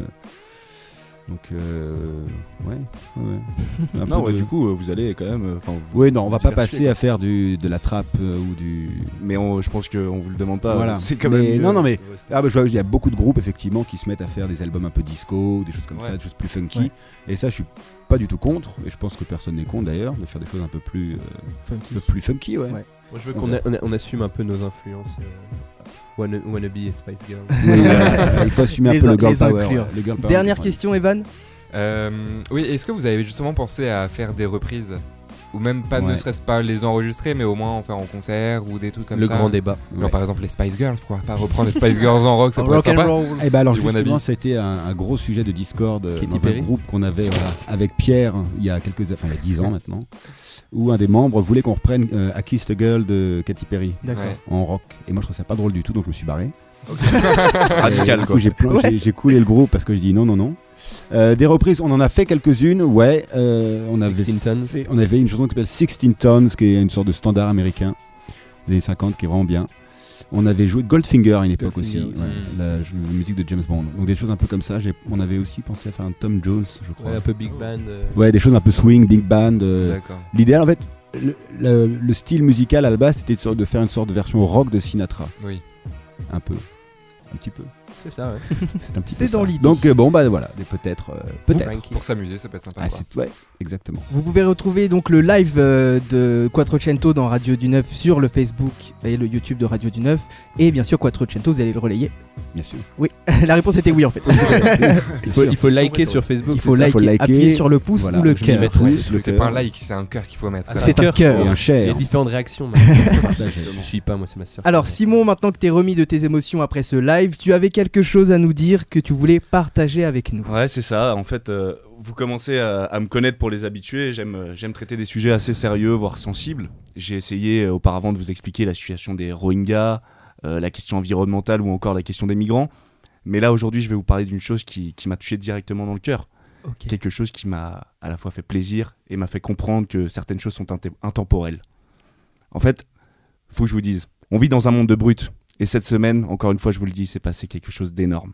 B: donc euh, ouais, ouais, ouais. Un
E: non,
B: peu
E: ouais,
B: de-
E: du coup, euh, vous allez quand même. euh, Enfin, vous-
B: Ouais, non, on va pas
E: diversifier,
B: passer
E: quoi.
B: à faire du, de la trappe euh, ou du.
E: Mais on- je pense qu'on vous le demande pas. hein.
B: Voilà.
E: C'est quand
B: Mais-
E: même. euh, mieux,
B: non, non, mais-
E: de rester.
B: Ah bah je vois, il y a beaucoup de groupes effectivement qui se mettent à faire des albums un peu disco, des choses comme ça,
E: Ouais.
B: des choses plus funky.
A: Ouais.
B: Et ça je suis pas du tout contre, et je pense que personne n'est contre d'ailleurs, de faire des choses un peu plus, euh, un peu plus funky, ouais.
A: Ouais.
G: Moi, je veux
B: On
G: qu'on
B: va-
G: a- on a- on assume un peu nos influences. euh, Wanna- Wannabe et Spice Girl.
B: Oui, euh, il faut assumer un
A: Les
B: peu
A: in-
B: le girl,
A: les
B: power,
A: inclure.
B: le girl power.
A: Dernière
B: Ouais.
A: question, Evan.
C: Euh, oui, est-ce que vous avez justement pensé à faire des reprises Ou même pas, ne
B: Ouais.
C: serait-ce pas les enregistrer, mais au moins en faire en concert ou des trucs comme
G: Le
C: ça
G: grand débat.
C: Genre
B: Ouais.
C: par exemple les Spice Girls, pourquoi pas reprendre les Spice Girls en rock, ça pourrait être
A: Rock and
C: sympa.
A: roll.
B: Eh ben alors
C: Du
B: justement,
C: wannabe.
B: c'était un, un gros sujet de Discord euh,
G: Katy
B: dans un
G: Perry.
B: groupe qu'on avait voilà, avec Pierre il y a quelques, enfin il y a 10 ans maintenant, où un des membres voulait qu'on reprenne euh, I Kissed a Girl de Katy Perry
A: D'accord.
C: Ouais.
B: en rock. Et moi je trouvais ça pas drôle du tout, donc je me suis barré.
E: Radical,
B: Et Ah, du
E: quoi.
B: coup, j'ai plan- j'ai- j'ai coulé le groupe parce que je dis non, non, non. Euh, des reprises, on en a fait quelques-unes, ouais. euh, on, avait
G: Sixteen Tons.
B: fait- on avait une chanson qui s'appelle 16 Tons, qui est une sorte de standard américain des années 50, qui est vraiment bien. On avait joué Goldfinger à une époque aussi,
G: Goldfinger aussi.
B: ouais, la, la musique de James Bond. Donc des choses un peu comme ça. j'ai- On avait aussi pensé à faire un Tom Jones, je crois.
G: Ouais, un peu big band. euh,
B: Ouais, des choses un peu swing, big band. euh,
C: D'accord.
B: L'idéal, en fait, le, le- le style musical à la base, c'était de sorte- de faire une sorte de version rock de Sinatra,
C: Oui.
B: un peu. Un petit peu.
G: C'est ça, ouais.
B: C'est un petit
A: C'est
B: peu
A: dans
B: ça.
A: l'idée.
B: Donc euh, bon bah voilà, des- peut-être, euh, peut-être.
G: Frankie.
C: Pour s'amuser, ça peut être sympa.
B: Ah,
C: quoi.
B: c'est ouais, exactement.
A: Vous pouvez retrouver donc le live euh, de Quattrocento dans Radio du Neuf sur le Facebook et le YouTube de Radio du Neuf. Et bien sûr, Quattrocento, vous allez le relayer.
B: Bien sûr.
A: La réponse était oui en fait.
G: Il faut, il faut liker sur Facebook.
A: Il faut,
B: ça,
A: liker,
B: faut liker.
A: appuyer sur le pouce
B: Voilà,
A: ou le
B: je vais
A: cœur.
B: mettre
G: Ouais,
B: oui,
G: c'est-
B: le
C: C'est
B: cœur.
C: pas un like, c'est un cœur qu'il faut mettre.
G: Ah,
C: ça.
G: c'est
A: C'est un
B: et
A: cœur.
B: un
G: Il y a
B: cher.
G: différentes réactions.
B: Ça, j'ai-
G: Je suis pas, moi, c'est ma sœur.
A: Alors Simon, maintenant que t'es remis de tes émotions après ce live, tu avais quelque chose à nous dire que tu voulais partager avec nous.
E: Ouais, c'est ça. En fait, euh, vous commencez à, à me connaître pour les habitués. J'aime, euh, j'aime traiter des sujets assez sérieux, voire sensibles. J'ai essayé euh, auparavant de vous expliquer la situation des Rohingyas, euh, la question environnementale ou encore la question des migrants. Mais là, aujourd'hui, je vais vous parler d'une chose qui, qui m'a touché directement dans le cœur.
A: Ok.
E: Quelque chose qui m'a à la fois fait plaisir et m'a fait comprendre que certaines choses sont inté- intemporelles. En fait, faut que je vous dise, on vit dans un monde de brutes. Et cette semaine, encore une fois, je vous le dis, c'est passé quelque chose d'énorme.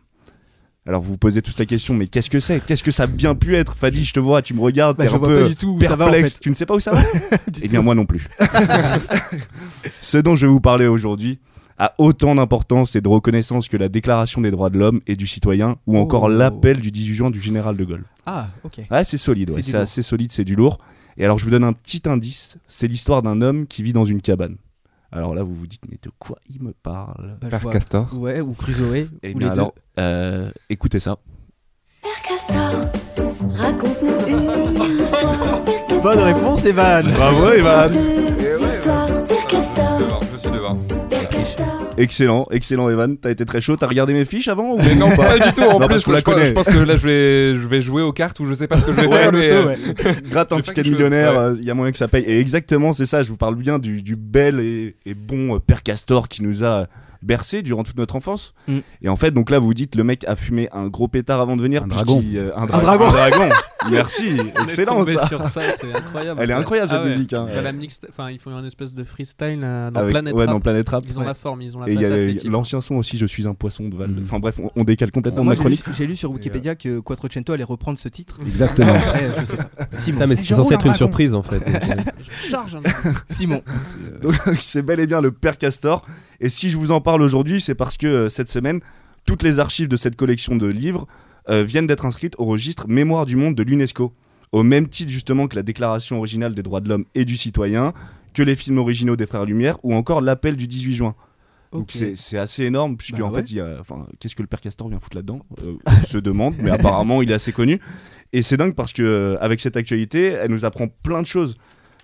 E: Alors vous vous posez tous la question, mais qu'est-ce que c'est Qu'est-ce que ça a bien pu être Fadi, je te vois, tu me regardes,
A: Bah,
E: t'es
A: je
E: un
A: vois
E: peu
A: pas du tout où
E: perplexe,
A: ça va en fait.
E: tu ne sais pas où ça va Eh bien moi non plus. Ce dont je vais vous parler aujourd'hui a autant d'importance et de reconnaissance que la Déclaration des droits de l'homme et du citoyen ou encore
A: Oh.
E: l'appel du 18 juin du général de Gaulle.
A: Ah, ok.
E: Ouais, c'est solide, ouais,
A: C'est du
E: c'est
A: lourd.
E: assez solide, c'est du lourd. Et alors, je vous donne un petit indice c'est l'histoire d'un homme qui vit dans une cabane. Alors là, vous vous dites, mais de quoi il me parle
A: Bah, je
C: Père
A: vois.
C: Castor.
A: Ouais, ou Crusoe,
E: Eh
A: ou
E: bien,
A: les
E: alors, euh, écoutez ça.
H: Père Castor, raconte-nous une histoire. Père
A: deux.
H: Castor,
A: Bonne réponse Evan
E: Bravo, Evan
H: Deux histoires, Père Castor,
C: Je suis devant.
H: Père Castor.
E: Excellent, excellent, Evan. T'as été très chaud, t'as regardé mes fiches avant ou
C: Mais non, pas du tout. En
E: Bah, Non,
C: plus,
E: parce qu'on
C: je, pense-
E: la connaît.
C: je pense que là, je vais, je vais jouer aux cartes ou je sais pas ce que je vais
E: Ouais,
C: faire. mais, euh,
A: ouais.
E: Gratte un
C: J'ai pas
E: ticket
C: quelque
E: de millionnaire,
C: chose,
E: il y a moyen que ça paye. Et exactement, c'est ça, je vous parle bien du, du bel et, et bon euh, Père euh, Castor qui nous a bercé durant toute notre enfance.
A: Mm.
E: Et en fait, donc là, vous vous dites, le mec a fumé un gros pétard avant de venir.
B: Un
E: puis
B: dragon.
E: qui, euh, un,
A: Un dragon.
E: dragon. Un dragon. Merci.
F: On est
E: Excellent
F: tombé
E: ça.
F: sur ça, c'est incroyable.
E: Elle est
F: ça.
E: incroyable, cette
F: Ah ouais.
E: musique, hein.
F: Il y a la mixte- enfin, ils font une espèce de freestyle euh, dans
E: Avec-
F: Planet
E: ouais,
F: Rap.
E: dans Planet Rap.
F: Ils ont
E: Ouais.
F: la forme, ils ont la
E: Et il y
F: patate.
E: a
F: les types.
E: l'ancien son aussi, Je suis un poisson de Val.
B: Mhm.
E: Enfin bref, on, on décale complètement de
B: Moi,
E: ma
A: Moi, j'ai lu,
E: chronique.
A: j'ai lu sur Wikipédia que Quattrocento allait reprendre ce titre.
B: Exactement.
A: Après, je sais pas.
G: Ça,
A: Simon.
G: mais c'était
A: Je
G: censé
A: roule
G: être
A: un
G: une
A: dragon.
G: surprise en fait. Euh,
F: Charge.
A: Simon.
E: Donc c'est bel et bien le père Castor. Et si je vous en parle aujourd'hui, c'est parce que euh, cette semaine, toutes les archives de cette collection de livres euh, viennent d'être inscrites au registre Mémoire du monde de l'UNESCO. Au même titre justement que la Déclaration originale des droits de l'homme et du citoyen, que les films originaux des Frères Lumière ou encore l'appel du 18 juin. Donc
A: Ok.
E: c'est- c'est assez énorme puisque
A: Bah
E: en
A: ouais.
E: fait, il y a- enfin, qu'est-ce que le père Castor vient foutre là-dedans Euh, On se demande, mais apparemment il est assez connu. Et c'est dingue parce que euh, avec cette actualité, elle nous apprend plein de choses.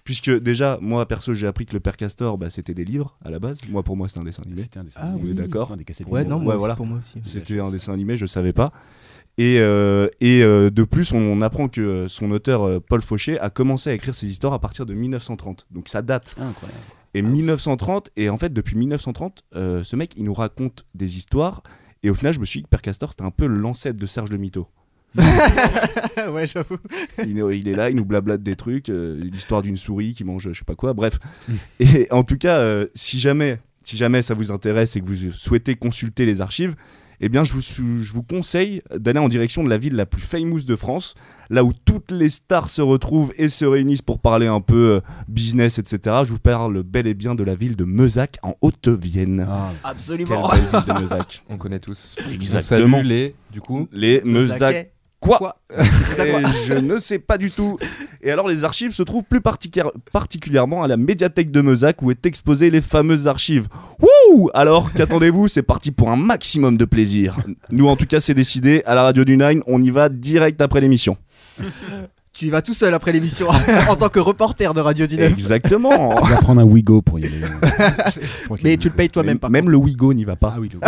E: Puisque déjà, moi perso, j'ai appris que le père Castor, bah, c'était des livres à la base. Moi, pour moi, c'était un dessin animé.
B: C'était un dessin
A: Ah
B: animé,
A: oui.
B: on est d'accord. Des cassettes
A: Ouais,
B: vidéo.
A: non, moi,
E: Ouais,
A: c'est
E: voilà.
A: pour moi aussi.
E: C'était un dessin animé, je savais pas. Et, euh, et euh, de plus, on apprend que euh, son auteur euh, Paul Fauché a commencé à écrire ses histoires à partir de 1930. Donc ça date.
B: Incroyable.
E: Et 1930, et en fait, depuis 1930, euh, ce mec, il nous raconte des histoires. Et au final, je me suis dit que Père Castor, c'était un peu l'ancêtre de Serge de Mito.
A: Ah ouais, j'avoue.
E: Il, est- il est là, il nous blablate des trucs, euh, l'histoire d'une souris qui mange je sais pas quoi, bref. Et en tout cas, euh, si jamais, si jamais ça vous intéresse et que vous souhaitez consulter les archives, eh bien, je vous, sou- je vous conseille d'aller en direction de la ville la plus famous de France, là où toutes les stars se retrouvent et se réunissent pour parler un peu euh, business, etc. Je vous parle bel et bien de la ville de Meusac en Haute-Vienne.
B: Ah,
E: Quelle
A: Absolument.
E: belle ville de Meusac.
C: On connaît tous.
E: Exactement.
C: On salue les, du coup.
E: Les Meusac. Quoi
A: Meusac quoi
E: Et je ne sais pas du tout. Et alors, les archives se trouvent plus particu- particulièrement à la médiathèque de Meusac où est exposées les fameuses archives. Wouh Alors, qu'attendez-vous C'est parti pour un maximum de plaisir. Nous, en tout cas, c'est décidé. À la radio du Nine, on y va direct après l'émission.
A: Tu y vas tout seul après l'émission en tant que reporter de Radio 19.
E: Exactement.
B: on va prendre un Wigo pour y aller. Je crois qu'il y
A: Mais
B: a
A: tu
B: un
A: le payes toi-même par
E: Même le Wigo n'y va pas.
B: Ah oui, le-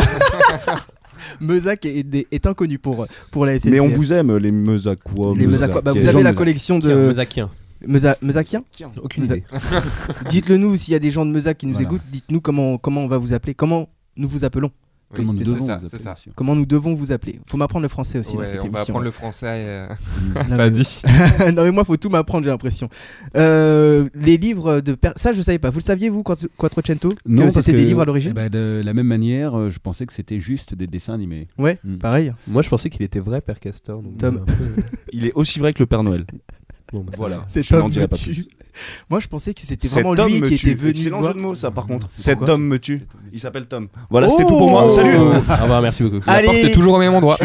A: Meusac est, est- est inconnu pour, pour la SNCF.
E: Mais on vous aime, les Meusacois.
A: Les Meusacois. Bah, vous
E: Meusaquais.
A: avez la
E: Gens
A: collection de
G: Mozakien.
A: Meusa- Meusaciens
G: Aucune
A: Mozak-
G: idée.
A: Dites-le nous s'il y a des gens de Meusac qui nous
B: Voilà.
A: écoutent. Dites-nous comment, comment on va vous appeler, comment nous vous appelons,
C: Oui,
B: Comment nous
C: c'est
B: devons
C: ça,
B: vous
C: c'est
B: appeler,
C: ça.
B: monsieur.
A: comment nous devons vous appeler. Faut m'apprendre le français aussi dans
C: Ouais,
A: cette
C: on va
A: émission.
C: apprendre le français. euh,
A: Non,
C: pas dit.
A: non mais moi faut tout m'apprendre j'ai l'impression. Euh, les livres de per- ça je savais pas. Vous le saviez vous Quat- Quattrocento que
B: parce
A: c'était des
B: que-
A: livres à
B: eh
A: l'origine
B: ben, De la même manière, euh, je pensais que c'était juste des dessins animés.
A: Ouais,
B: Mm.
E: ben,
A: pareil.
G: Moi je pensais qu'il était vrai, Père Castor. donc,
A: Tom.
G: un peu- euh,
E: Il est aussi vrai que le Père Noël.
G: bon, bah, ça
E: Voilà.
A: Cet
E: Je n'en
A: homme
E: dirai
A: me
E: pas
A: tue.
E: plus.
A: Moi je pensais que c'était
E: Cet
A: vraiment
E: homme
A: lui
E: me
A: qui
E: tue.
A: était venu
E: Excellent
A: voir.
E: jeu de mots, ça, par contre.
B: C'est
E: Cet
A: pourquoi
E: homme me
B: Cet
E: tue.
B: homme me tue.
E: Il s'appelle Tom. Voilà, c'était
A: Oh
E: tout pour moi. Salut.
G: Au revoir, merci beaucoup.
C: La porte
A: Allez,
C: est toujours au même endroit.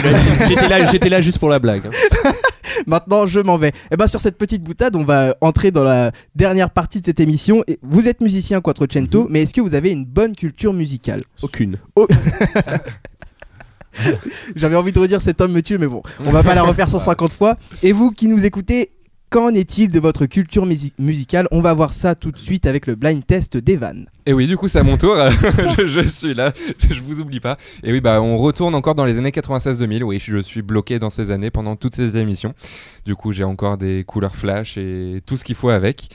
G: J'étais là, j'étais là juste pour la blague. hein.
A: maintenant je m'en vais. Et ben sur cette petite boutade, on va entrer dans la dernière partie de cette émission. Et vous êtes musicien Quattrocento,
C: Mhm.
A: mais est-ce que vous avez une bonne culture musicale Oh.
G: Aucune.
A: J'avais envie de redire cet homme me tue, mais bon, on va pas la refaire 150 fois. Et vous qui nous écoutez, qu'en est-il de votre culture musi- musicale On va voir ça tout de suite avec le blind test d'Evan.
C: Et oui, du coup, c'est à mon tour. je, je suis là, je, je vous oublie pas. Et oui, bah, on retourne encore dans les années 96-2000. Oui, je suis bloqué dans ces années pendant toutes ces émissions. Du coup, j'ai encore des couleurs flash et tout ce qu'il faut avec.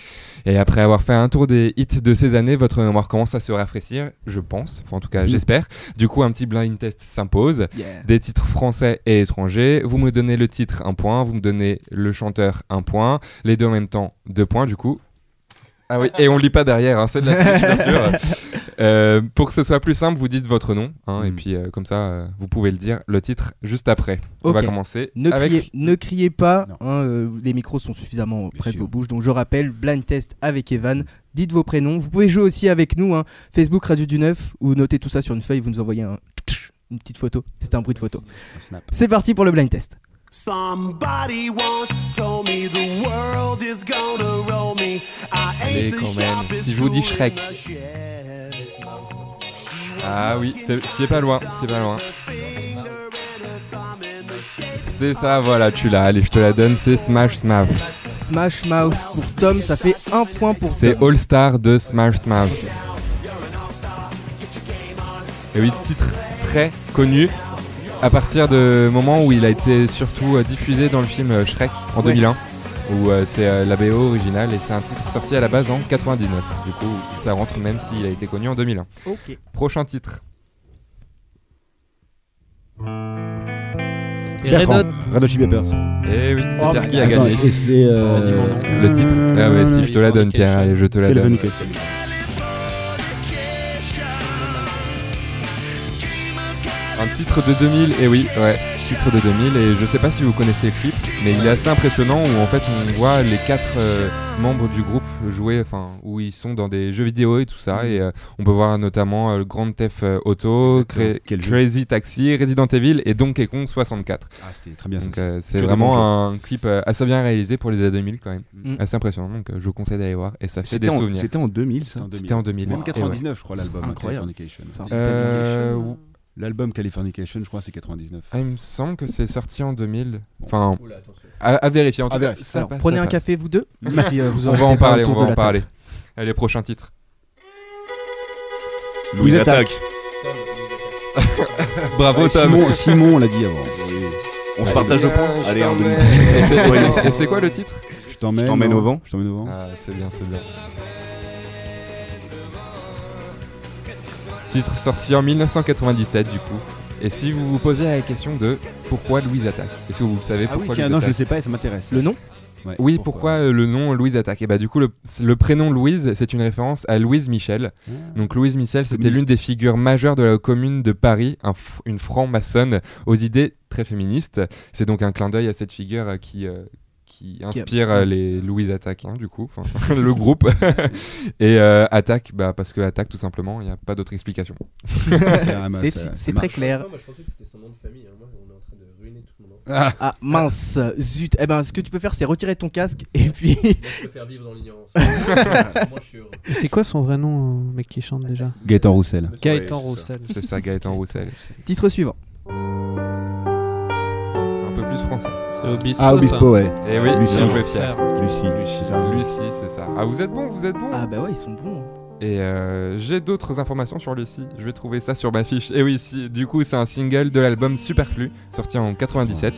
C: Et après avoir fait un tour des hits de ces années, votre mémoire commence à se rafraîchir, je pense. Enfin, en tout
A: Mm.
C: cas, j'espère. Du coup, un petit blind test s'impose. Des titres français et étrangers. Vous me donnez le titre, un point. Vous me donnez le chanteur, un point. Les deux en même temps, deux points, du coup. Ah oui, et on lit pas derrière, hein, c'est de la triche, bien sûr. Euh, pour que ce soit plus simple, vous dites votre nom, hein, et
B: Mm.
C: puis euh, comme ça, euh, vous pouvez le dire, le titre, juste après. On
A: Ok.
C: va commencer
A: Ne,
C: avec...
A: criez, ne criez pas,
B: Non.
A: hein, euh, les micros sont suffisamment près de
B: sûr.
A: vos bouches. Donc je rappelle, blind test avec Evan. Dites vos prénoms. Vous pouvez jouer aussi avec nous, hein, Facebook Radio du 9, ou notez tout ça sur une feuille, vous nous envoyez un tch, une petite photo. C'était un bruit de photo.
B: Un snap.
A: C'est parti pour le blind test.
D: Somebody once told me the world is gonna roll me. I
C: Allez,
D: ain't the
C: quand même.
D: sharpest
C: Si je vous dis
D: tool in
C: Shrek.
D: the shed.
C: Ah oui, t'es- t'y es pas loin, t'y es pas loin. C'est ça, voilà, tu l'as, allez, je te la donne, c'est Smash Smash.
A: Smash Mouth pour Tom, ça fait un point pour
C: C'est
A: Tom.
C: All Star de Smash Mouth. Et oui, titre très connu à partir du moment où il a été surtout euh, diffusé dans le film euh, Shrek en
A: Ouais.
C: 2001, où euh, c'est euh, la BO originale et c'est un titre sorti à la base en 99. Du coup, ça rentre même s'il a été connu en 2001.
A: Ok.
C: Prochain titre.
F: Et Red Hot,
B: Red Hot Chili Peppers.
C: Eh oui, c'est
A: Oh,
C: Pierre qui a
A: mais
B: Attends,
C: gagné.
B: et c'est. euh,
F: on dit mon nom.
C: Le titre Ah ouais, si, je te la donne, tiens, allez, je te la
B: Kelvin
C: donne.
B: Coolidge.
C: Un titre de 2000, et oui, ouais, titre de 2000, et je sais pas si vous connaissez le clip, mais il est assez impressionnant où en fait on voit les quatre euh, membres du groupe jouer, enfin, où ils sont dans des jeux vidéo et tout ça, et euh, on peut voir notamment euh, le Grand Theft Auto, Cra-
B: Quel jeu
C: Crazy Taxi, Resident Evil et Donkey Kong 64.
B: Ah, c'était très bien ça.
C: Donc euh, c'est
B: des bons
C: vraiment un clip euh, assez bien réalisé pour les années 2000 quand même,
B: Mm.
C: assez impressionnant, donc euh, je vous conseille d'aller voir, et ça fait
E: C'était
C: des
E: en,
C: souvenirs.
E: c'était en 2000, ça.
B: C'était en 2000.
C: C'était en 2000.
B: Même
C: et ouais.
B: 99, je crois, l'album.
E: C'est
B: hein,
E: incroyable.
B: Californication.
C: Euh,
E: hein.
C: ou-
B: L'album Californication, je crois, c'est 99.
C: Ah, il me semble que c'est sorti en 2000. Enfin, à, à vérifier. En tout
B: À
C: cas,
B: vérifier.
C: ça
A: Alors,
C: passe,
A: prenez
C: ça
A: un
C: passe.
A: café, vous deux. et puis, euh, vous
C: On
A: en
C: va en
A: restez pas
C: parler, on
A: autour de
C: va en
A: la table.
C: parler. Allez, prochain titre.
E: Louise Attaque.
C: Bravo,
B: Ouais,
C: Tom.
B: Simon, Simon on l'a dit avant.
E: On se partage le point Allez, en 2000.
C: Et c'est quoi le titre
B: Je t'emmène.
E: Je t'emmène
B: hein.
E: au vent.
B: Je t'emmène au vent.
C: Ah, c'est bien, c'est bien. Titre sorti en 1997, du coup. Et si vous vous posez la question de pourquoi Louise attaque Est-ce que vous le savez
B: Ah oui,
C: pourquoi
B: tiens,
C: Louise
B: non, je
C: attaque
B: ne sais pas et ça m'intéresse.
A: Le nom
B: Ouais,
C: Oui, pourquoi euh, le nom Louise attaque Et bah du coup, le, le prénom Louise, c'est une référence à Louise Michel. Donc Louise Michel, c'était
B: Communiste.
C: l'une des figures majeures de la commune de Paris, un f- une franc-maçonne aux idées très féministes. C'est donc un clin d'œil à cette figure euh, qui, euh, qui inspire euh, les Louise Attaque, hein, du coup, enfin, le groupe. Et euh, Attaque, bah, parce que Attaque, tout simplement, il n'y a pas d'autre explication.
B: C'est un-
A: C'est-
B: ça-
A: C'est
B: ça
A: très clair.
G: Moi, je pensais que c'était son nom de famille. hein. Moi, on est en train de ruiner tout le monde. hein.
A: Ah mince, zut. Eh ben, ce que tu peux faire, c'est retirer ton casque et puis.
G: Je faire vivre dans l'ignorance. Moi, je suis heureux.
F: C'est quoi son vrai nom, euh, mec qui chante déjà
B: marche. Gaëtan Roussel.
F: Gaëtan Roussel.
C: C'est ça, Gaëtan Roussel.
A: Titre suivant.
C: Un peu plus français.
F: C'est Obispo.
B: Ah, Obispo, ouais.
C: Et oui,
B: Lucie.
C: bien joué, Pierre.
B: Lucie. c'est ça.
C: Lucie, c'est ça. Ah, vous êtes bon, vous êtes bon.
A: Ah bah ouais, ils sont bons. hein.
C: Et euh, j'ai d'autres informations sur Lucie. Je vais trouver ça sur ma fiche. Et oui, si, du coup, c'est un single de l'album Superflu, sorti en 97.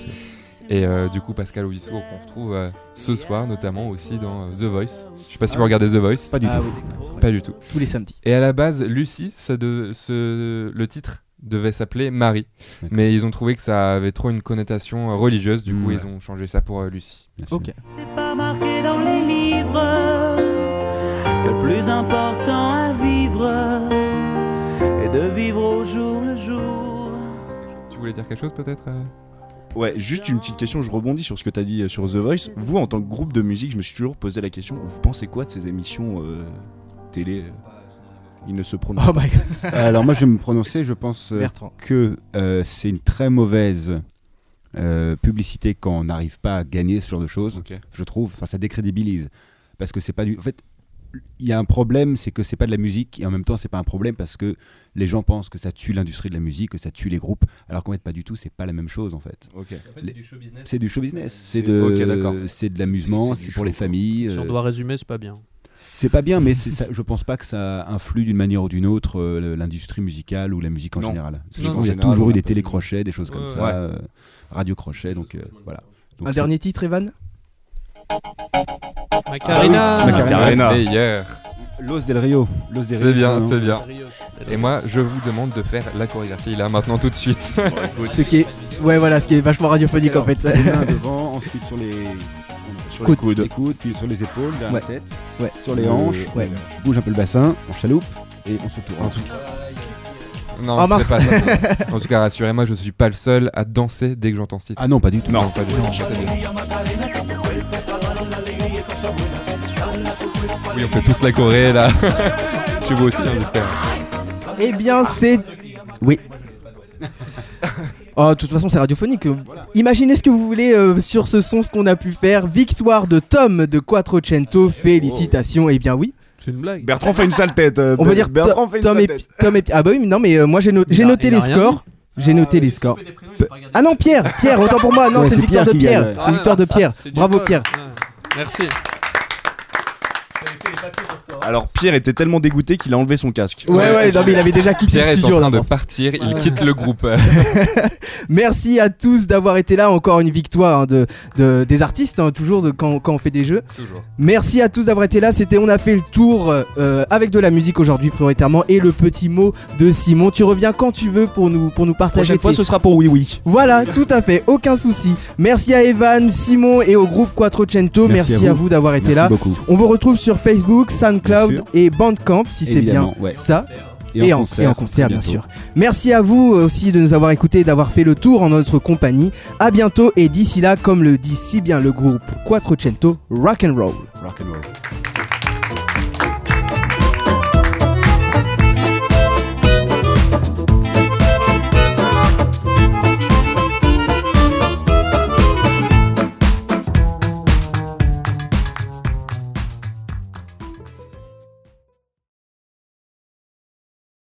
C: Et euh, du coup, Pascal Obispo, qu'on retrouve euh, ce soir, notamment aussi dans euh, The Voice. Je sais pas si vous regardez The Voice.
B: Pas du
A: Ah
B: tout.
A: oui.
C: Pas du tout.
A: Tous les samedis.
C: Et à la base, Lucie, ça de, ce, le titre devait s'appeler Marie.
B: D'accord.
C: Mais ils ont trouvé que ça avait trop une connotation euh, religieuse. Du coup,
B: Ouais.
C: ils ont changé ça pour euh, Lucie.
B: Bien sûr.
A: Ok.
I: C'est pas marqué dans les livres. Le plus important à vivre est de vivre au jour le jour.
C: Tu voulais dire quelque chose peut-être euh
E: Ouais, juste une petite question, je rebondis sur ce que t'as dit euh, sur The Voice. Vous, en tant que groupe de musique, je me suis toujours posé la question, vous pensez quoi de ces émissions euh, télé euh, Ils ne se prononcent
A: Oh my god,
B: Euh, Alors, moi, je vais me prononcer. Je pense euh,
A: Bertrand.
B: que euh, c'est une très mauvaise euh, publicité quand on n'arrive pas à gagner ce genre de choses,
E: Ok.
B: je trouve. Enfin, ça décrédibilise. Parce que c'est pas du. En fait, il y a un problème, c'est que c'est pas de la musique et en même temps, c'est pas un problème parce que les gens pensent que ça tue l'industrie de la musique, que ça tue les groupes, alors qu'en fait, pas du tout, c'est pas la même chose en fait.
E: pas.
A: Ah,
E: Ok.
B: Les- C'est du show business, c'est
E: C'est-
B: de,
E: ok, d'accord.
B: c'est de l'amusement,
E: C'est- c'est
B: c'est
E: du
B: pour les
E: show, quoi.
B: familles.
F: Si on
B: euh,
F: doit résumer, c'est pas bien.
B: c'est pas bien, mais c'est ça, je pense pas que ça influe d'une manière ou d'une autre euh, l'industrie musicale ou la musique en
E: Non.
B: général. Je
F: Non,
B: pense
F: en
B: qu'il y a
E: général,
B: toujours
E: on
B: eu
E: a
B: des
E: pas-
B: télécrochets, des choses comme
F: Ouais.
B: ça,
E: Ouais.
B: euh, radio-crochets, donc euh, voilà. Donc
A: Un
B: c'est-
A: dernier titre, Evan
F: Macarena
B: Ah, Macarena.
E: Macarena.
C: Meilleur.
B: Los del Rio. Los del
C: C'est
B: Rio,
C: bien,
B: hein.
C: c'est bien. Et moi, je vous demande de faire la chorégraphie là, maintenant, tout de suite.
A: Ce qui est. Ouais, voilà, ce qui est vachement radiophonique en fait.
B: Les mains devant, ensuite sur les, sur
A: Coudes.
B: les coudes, les coudes, puis sur les épaules, derrière
A: Ouais.
B: la tête,
A: Ouais.
B: sur les
A: Euh,
B: hanches.
A: ouais.
B: Je bouge un peu le bassin, on chaloupe et on se tourne.
C: non,
A: Oh, mince.
C: c'est pas ça. En tout cas, rassurez-moi, je suis pas le seul à danser dès que j'entends ce titre.
B: Ah non, pas du tout.
C: pas du tout. Oui, on fait tous la choré là. Chez vous aussi, hein, j'espère.
A: Eh bien, c'est. Oui. Oh, de toute façon, c'est radiophonique. Imaginez ce que vous voulez euh, sur ce son, ce qu'on a pu faire. Victoire de Tom de Quattrocento. Félicitations. Eh bien, oui.
F: C'est une blague.
E: Bertrand fait une sale tête. euh,
A: On va dire
E: Bertrand
A: To-
E: fait une
A: Tom
E: sale
A: et,
E: tête.
A: Tom et Ah bah oui, mais non, mais euh, moi j'ai no- j'ai
F: Il a-
A: noté
F: il a
A: les
F: rien
A: scores. J'ai noté les scores. Pe- Ah non, Pierre, Pierre, autant pour moi. Non,
B: Ouais,
A: c'est
B: c'est
A: victoire
B: Pierre
A: de
B: qui gagne,
A: Pierre.
B: ouais.
A: C'est victoire de Pierre.
F: C'est du
A: Bravo
F: bol.
A: Pierre.
F: Ouais. Merci.
E: Alors Pierre était tellement dégoûté qu'il a enlevé son casque.
A: Ouais, ouais, non, mais il avait déjà quitté
C: Pierre
A: le
C: est en
A: studio.
C: train
A: là,
C: de partir, il quitte le groupe.
A: Merci à tous d'avoir été là. Encore une victoire hein, de, de- des artistes, hein, toujours de, quand, quand on fait des jeux. Merci à tous d'avoir été là. C'était On a fait le tour euh, avec de la musique aujourd'hui, prioritairement, et le petit mot de Simon. Tu reviens quand tu veux pour nous, pour nous partager.
E: Prochaine fois,
A: tes-
E: ce sera pour oui oui.
A: Voilà, tout à fait, aucun souci. Merci à Evan, Simon et au groupe Quattrocento. Merci,
B: Merci
A: à
B: à
A: vous, d'avoir été
B: Merci
A: là.
B: beaucoup.
A: On vous retrouve sur Facebook,
B: Bien
A: SoundCloud
B: sûr.
A: et Bandcamp, si c'est bien
B: Évidemment, ouais.
A: ça. Et, en, et en concert,
B: très
A: bien
B: bientôt.
A: sûr. Merci à vous aussi de nous avoir écoutés et d'avoir fait le tour en notre compagnie. À bientôt et d'ici là, comme le dit si bien le groupe Quattrocento, rock and roll.
B: Rock and roll.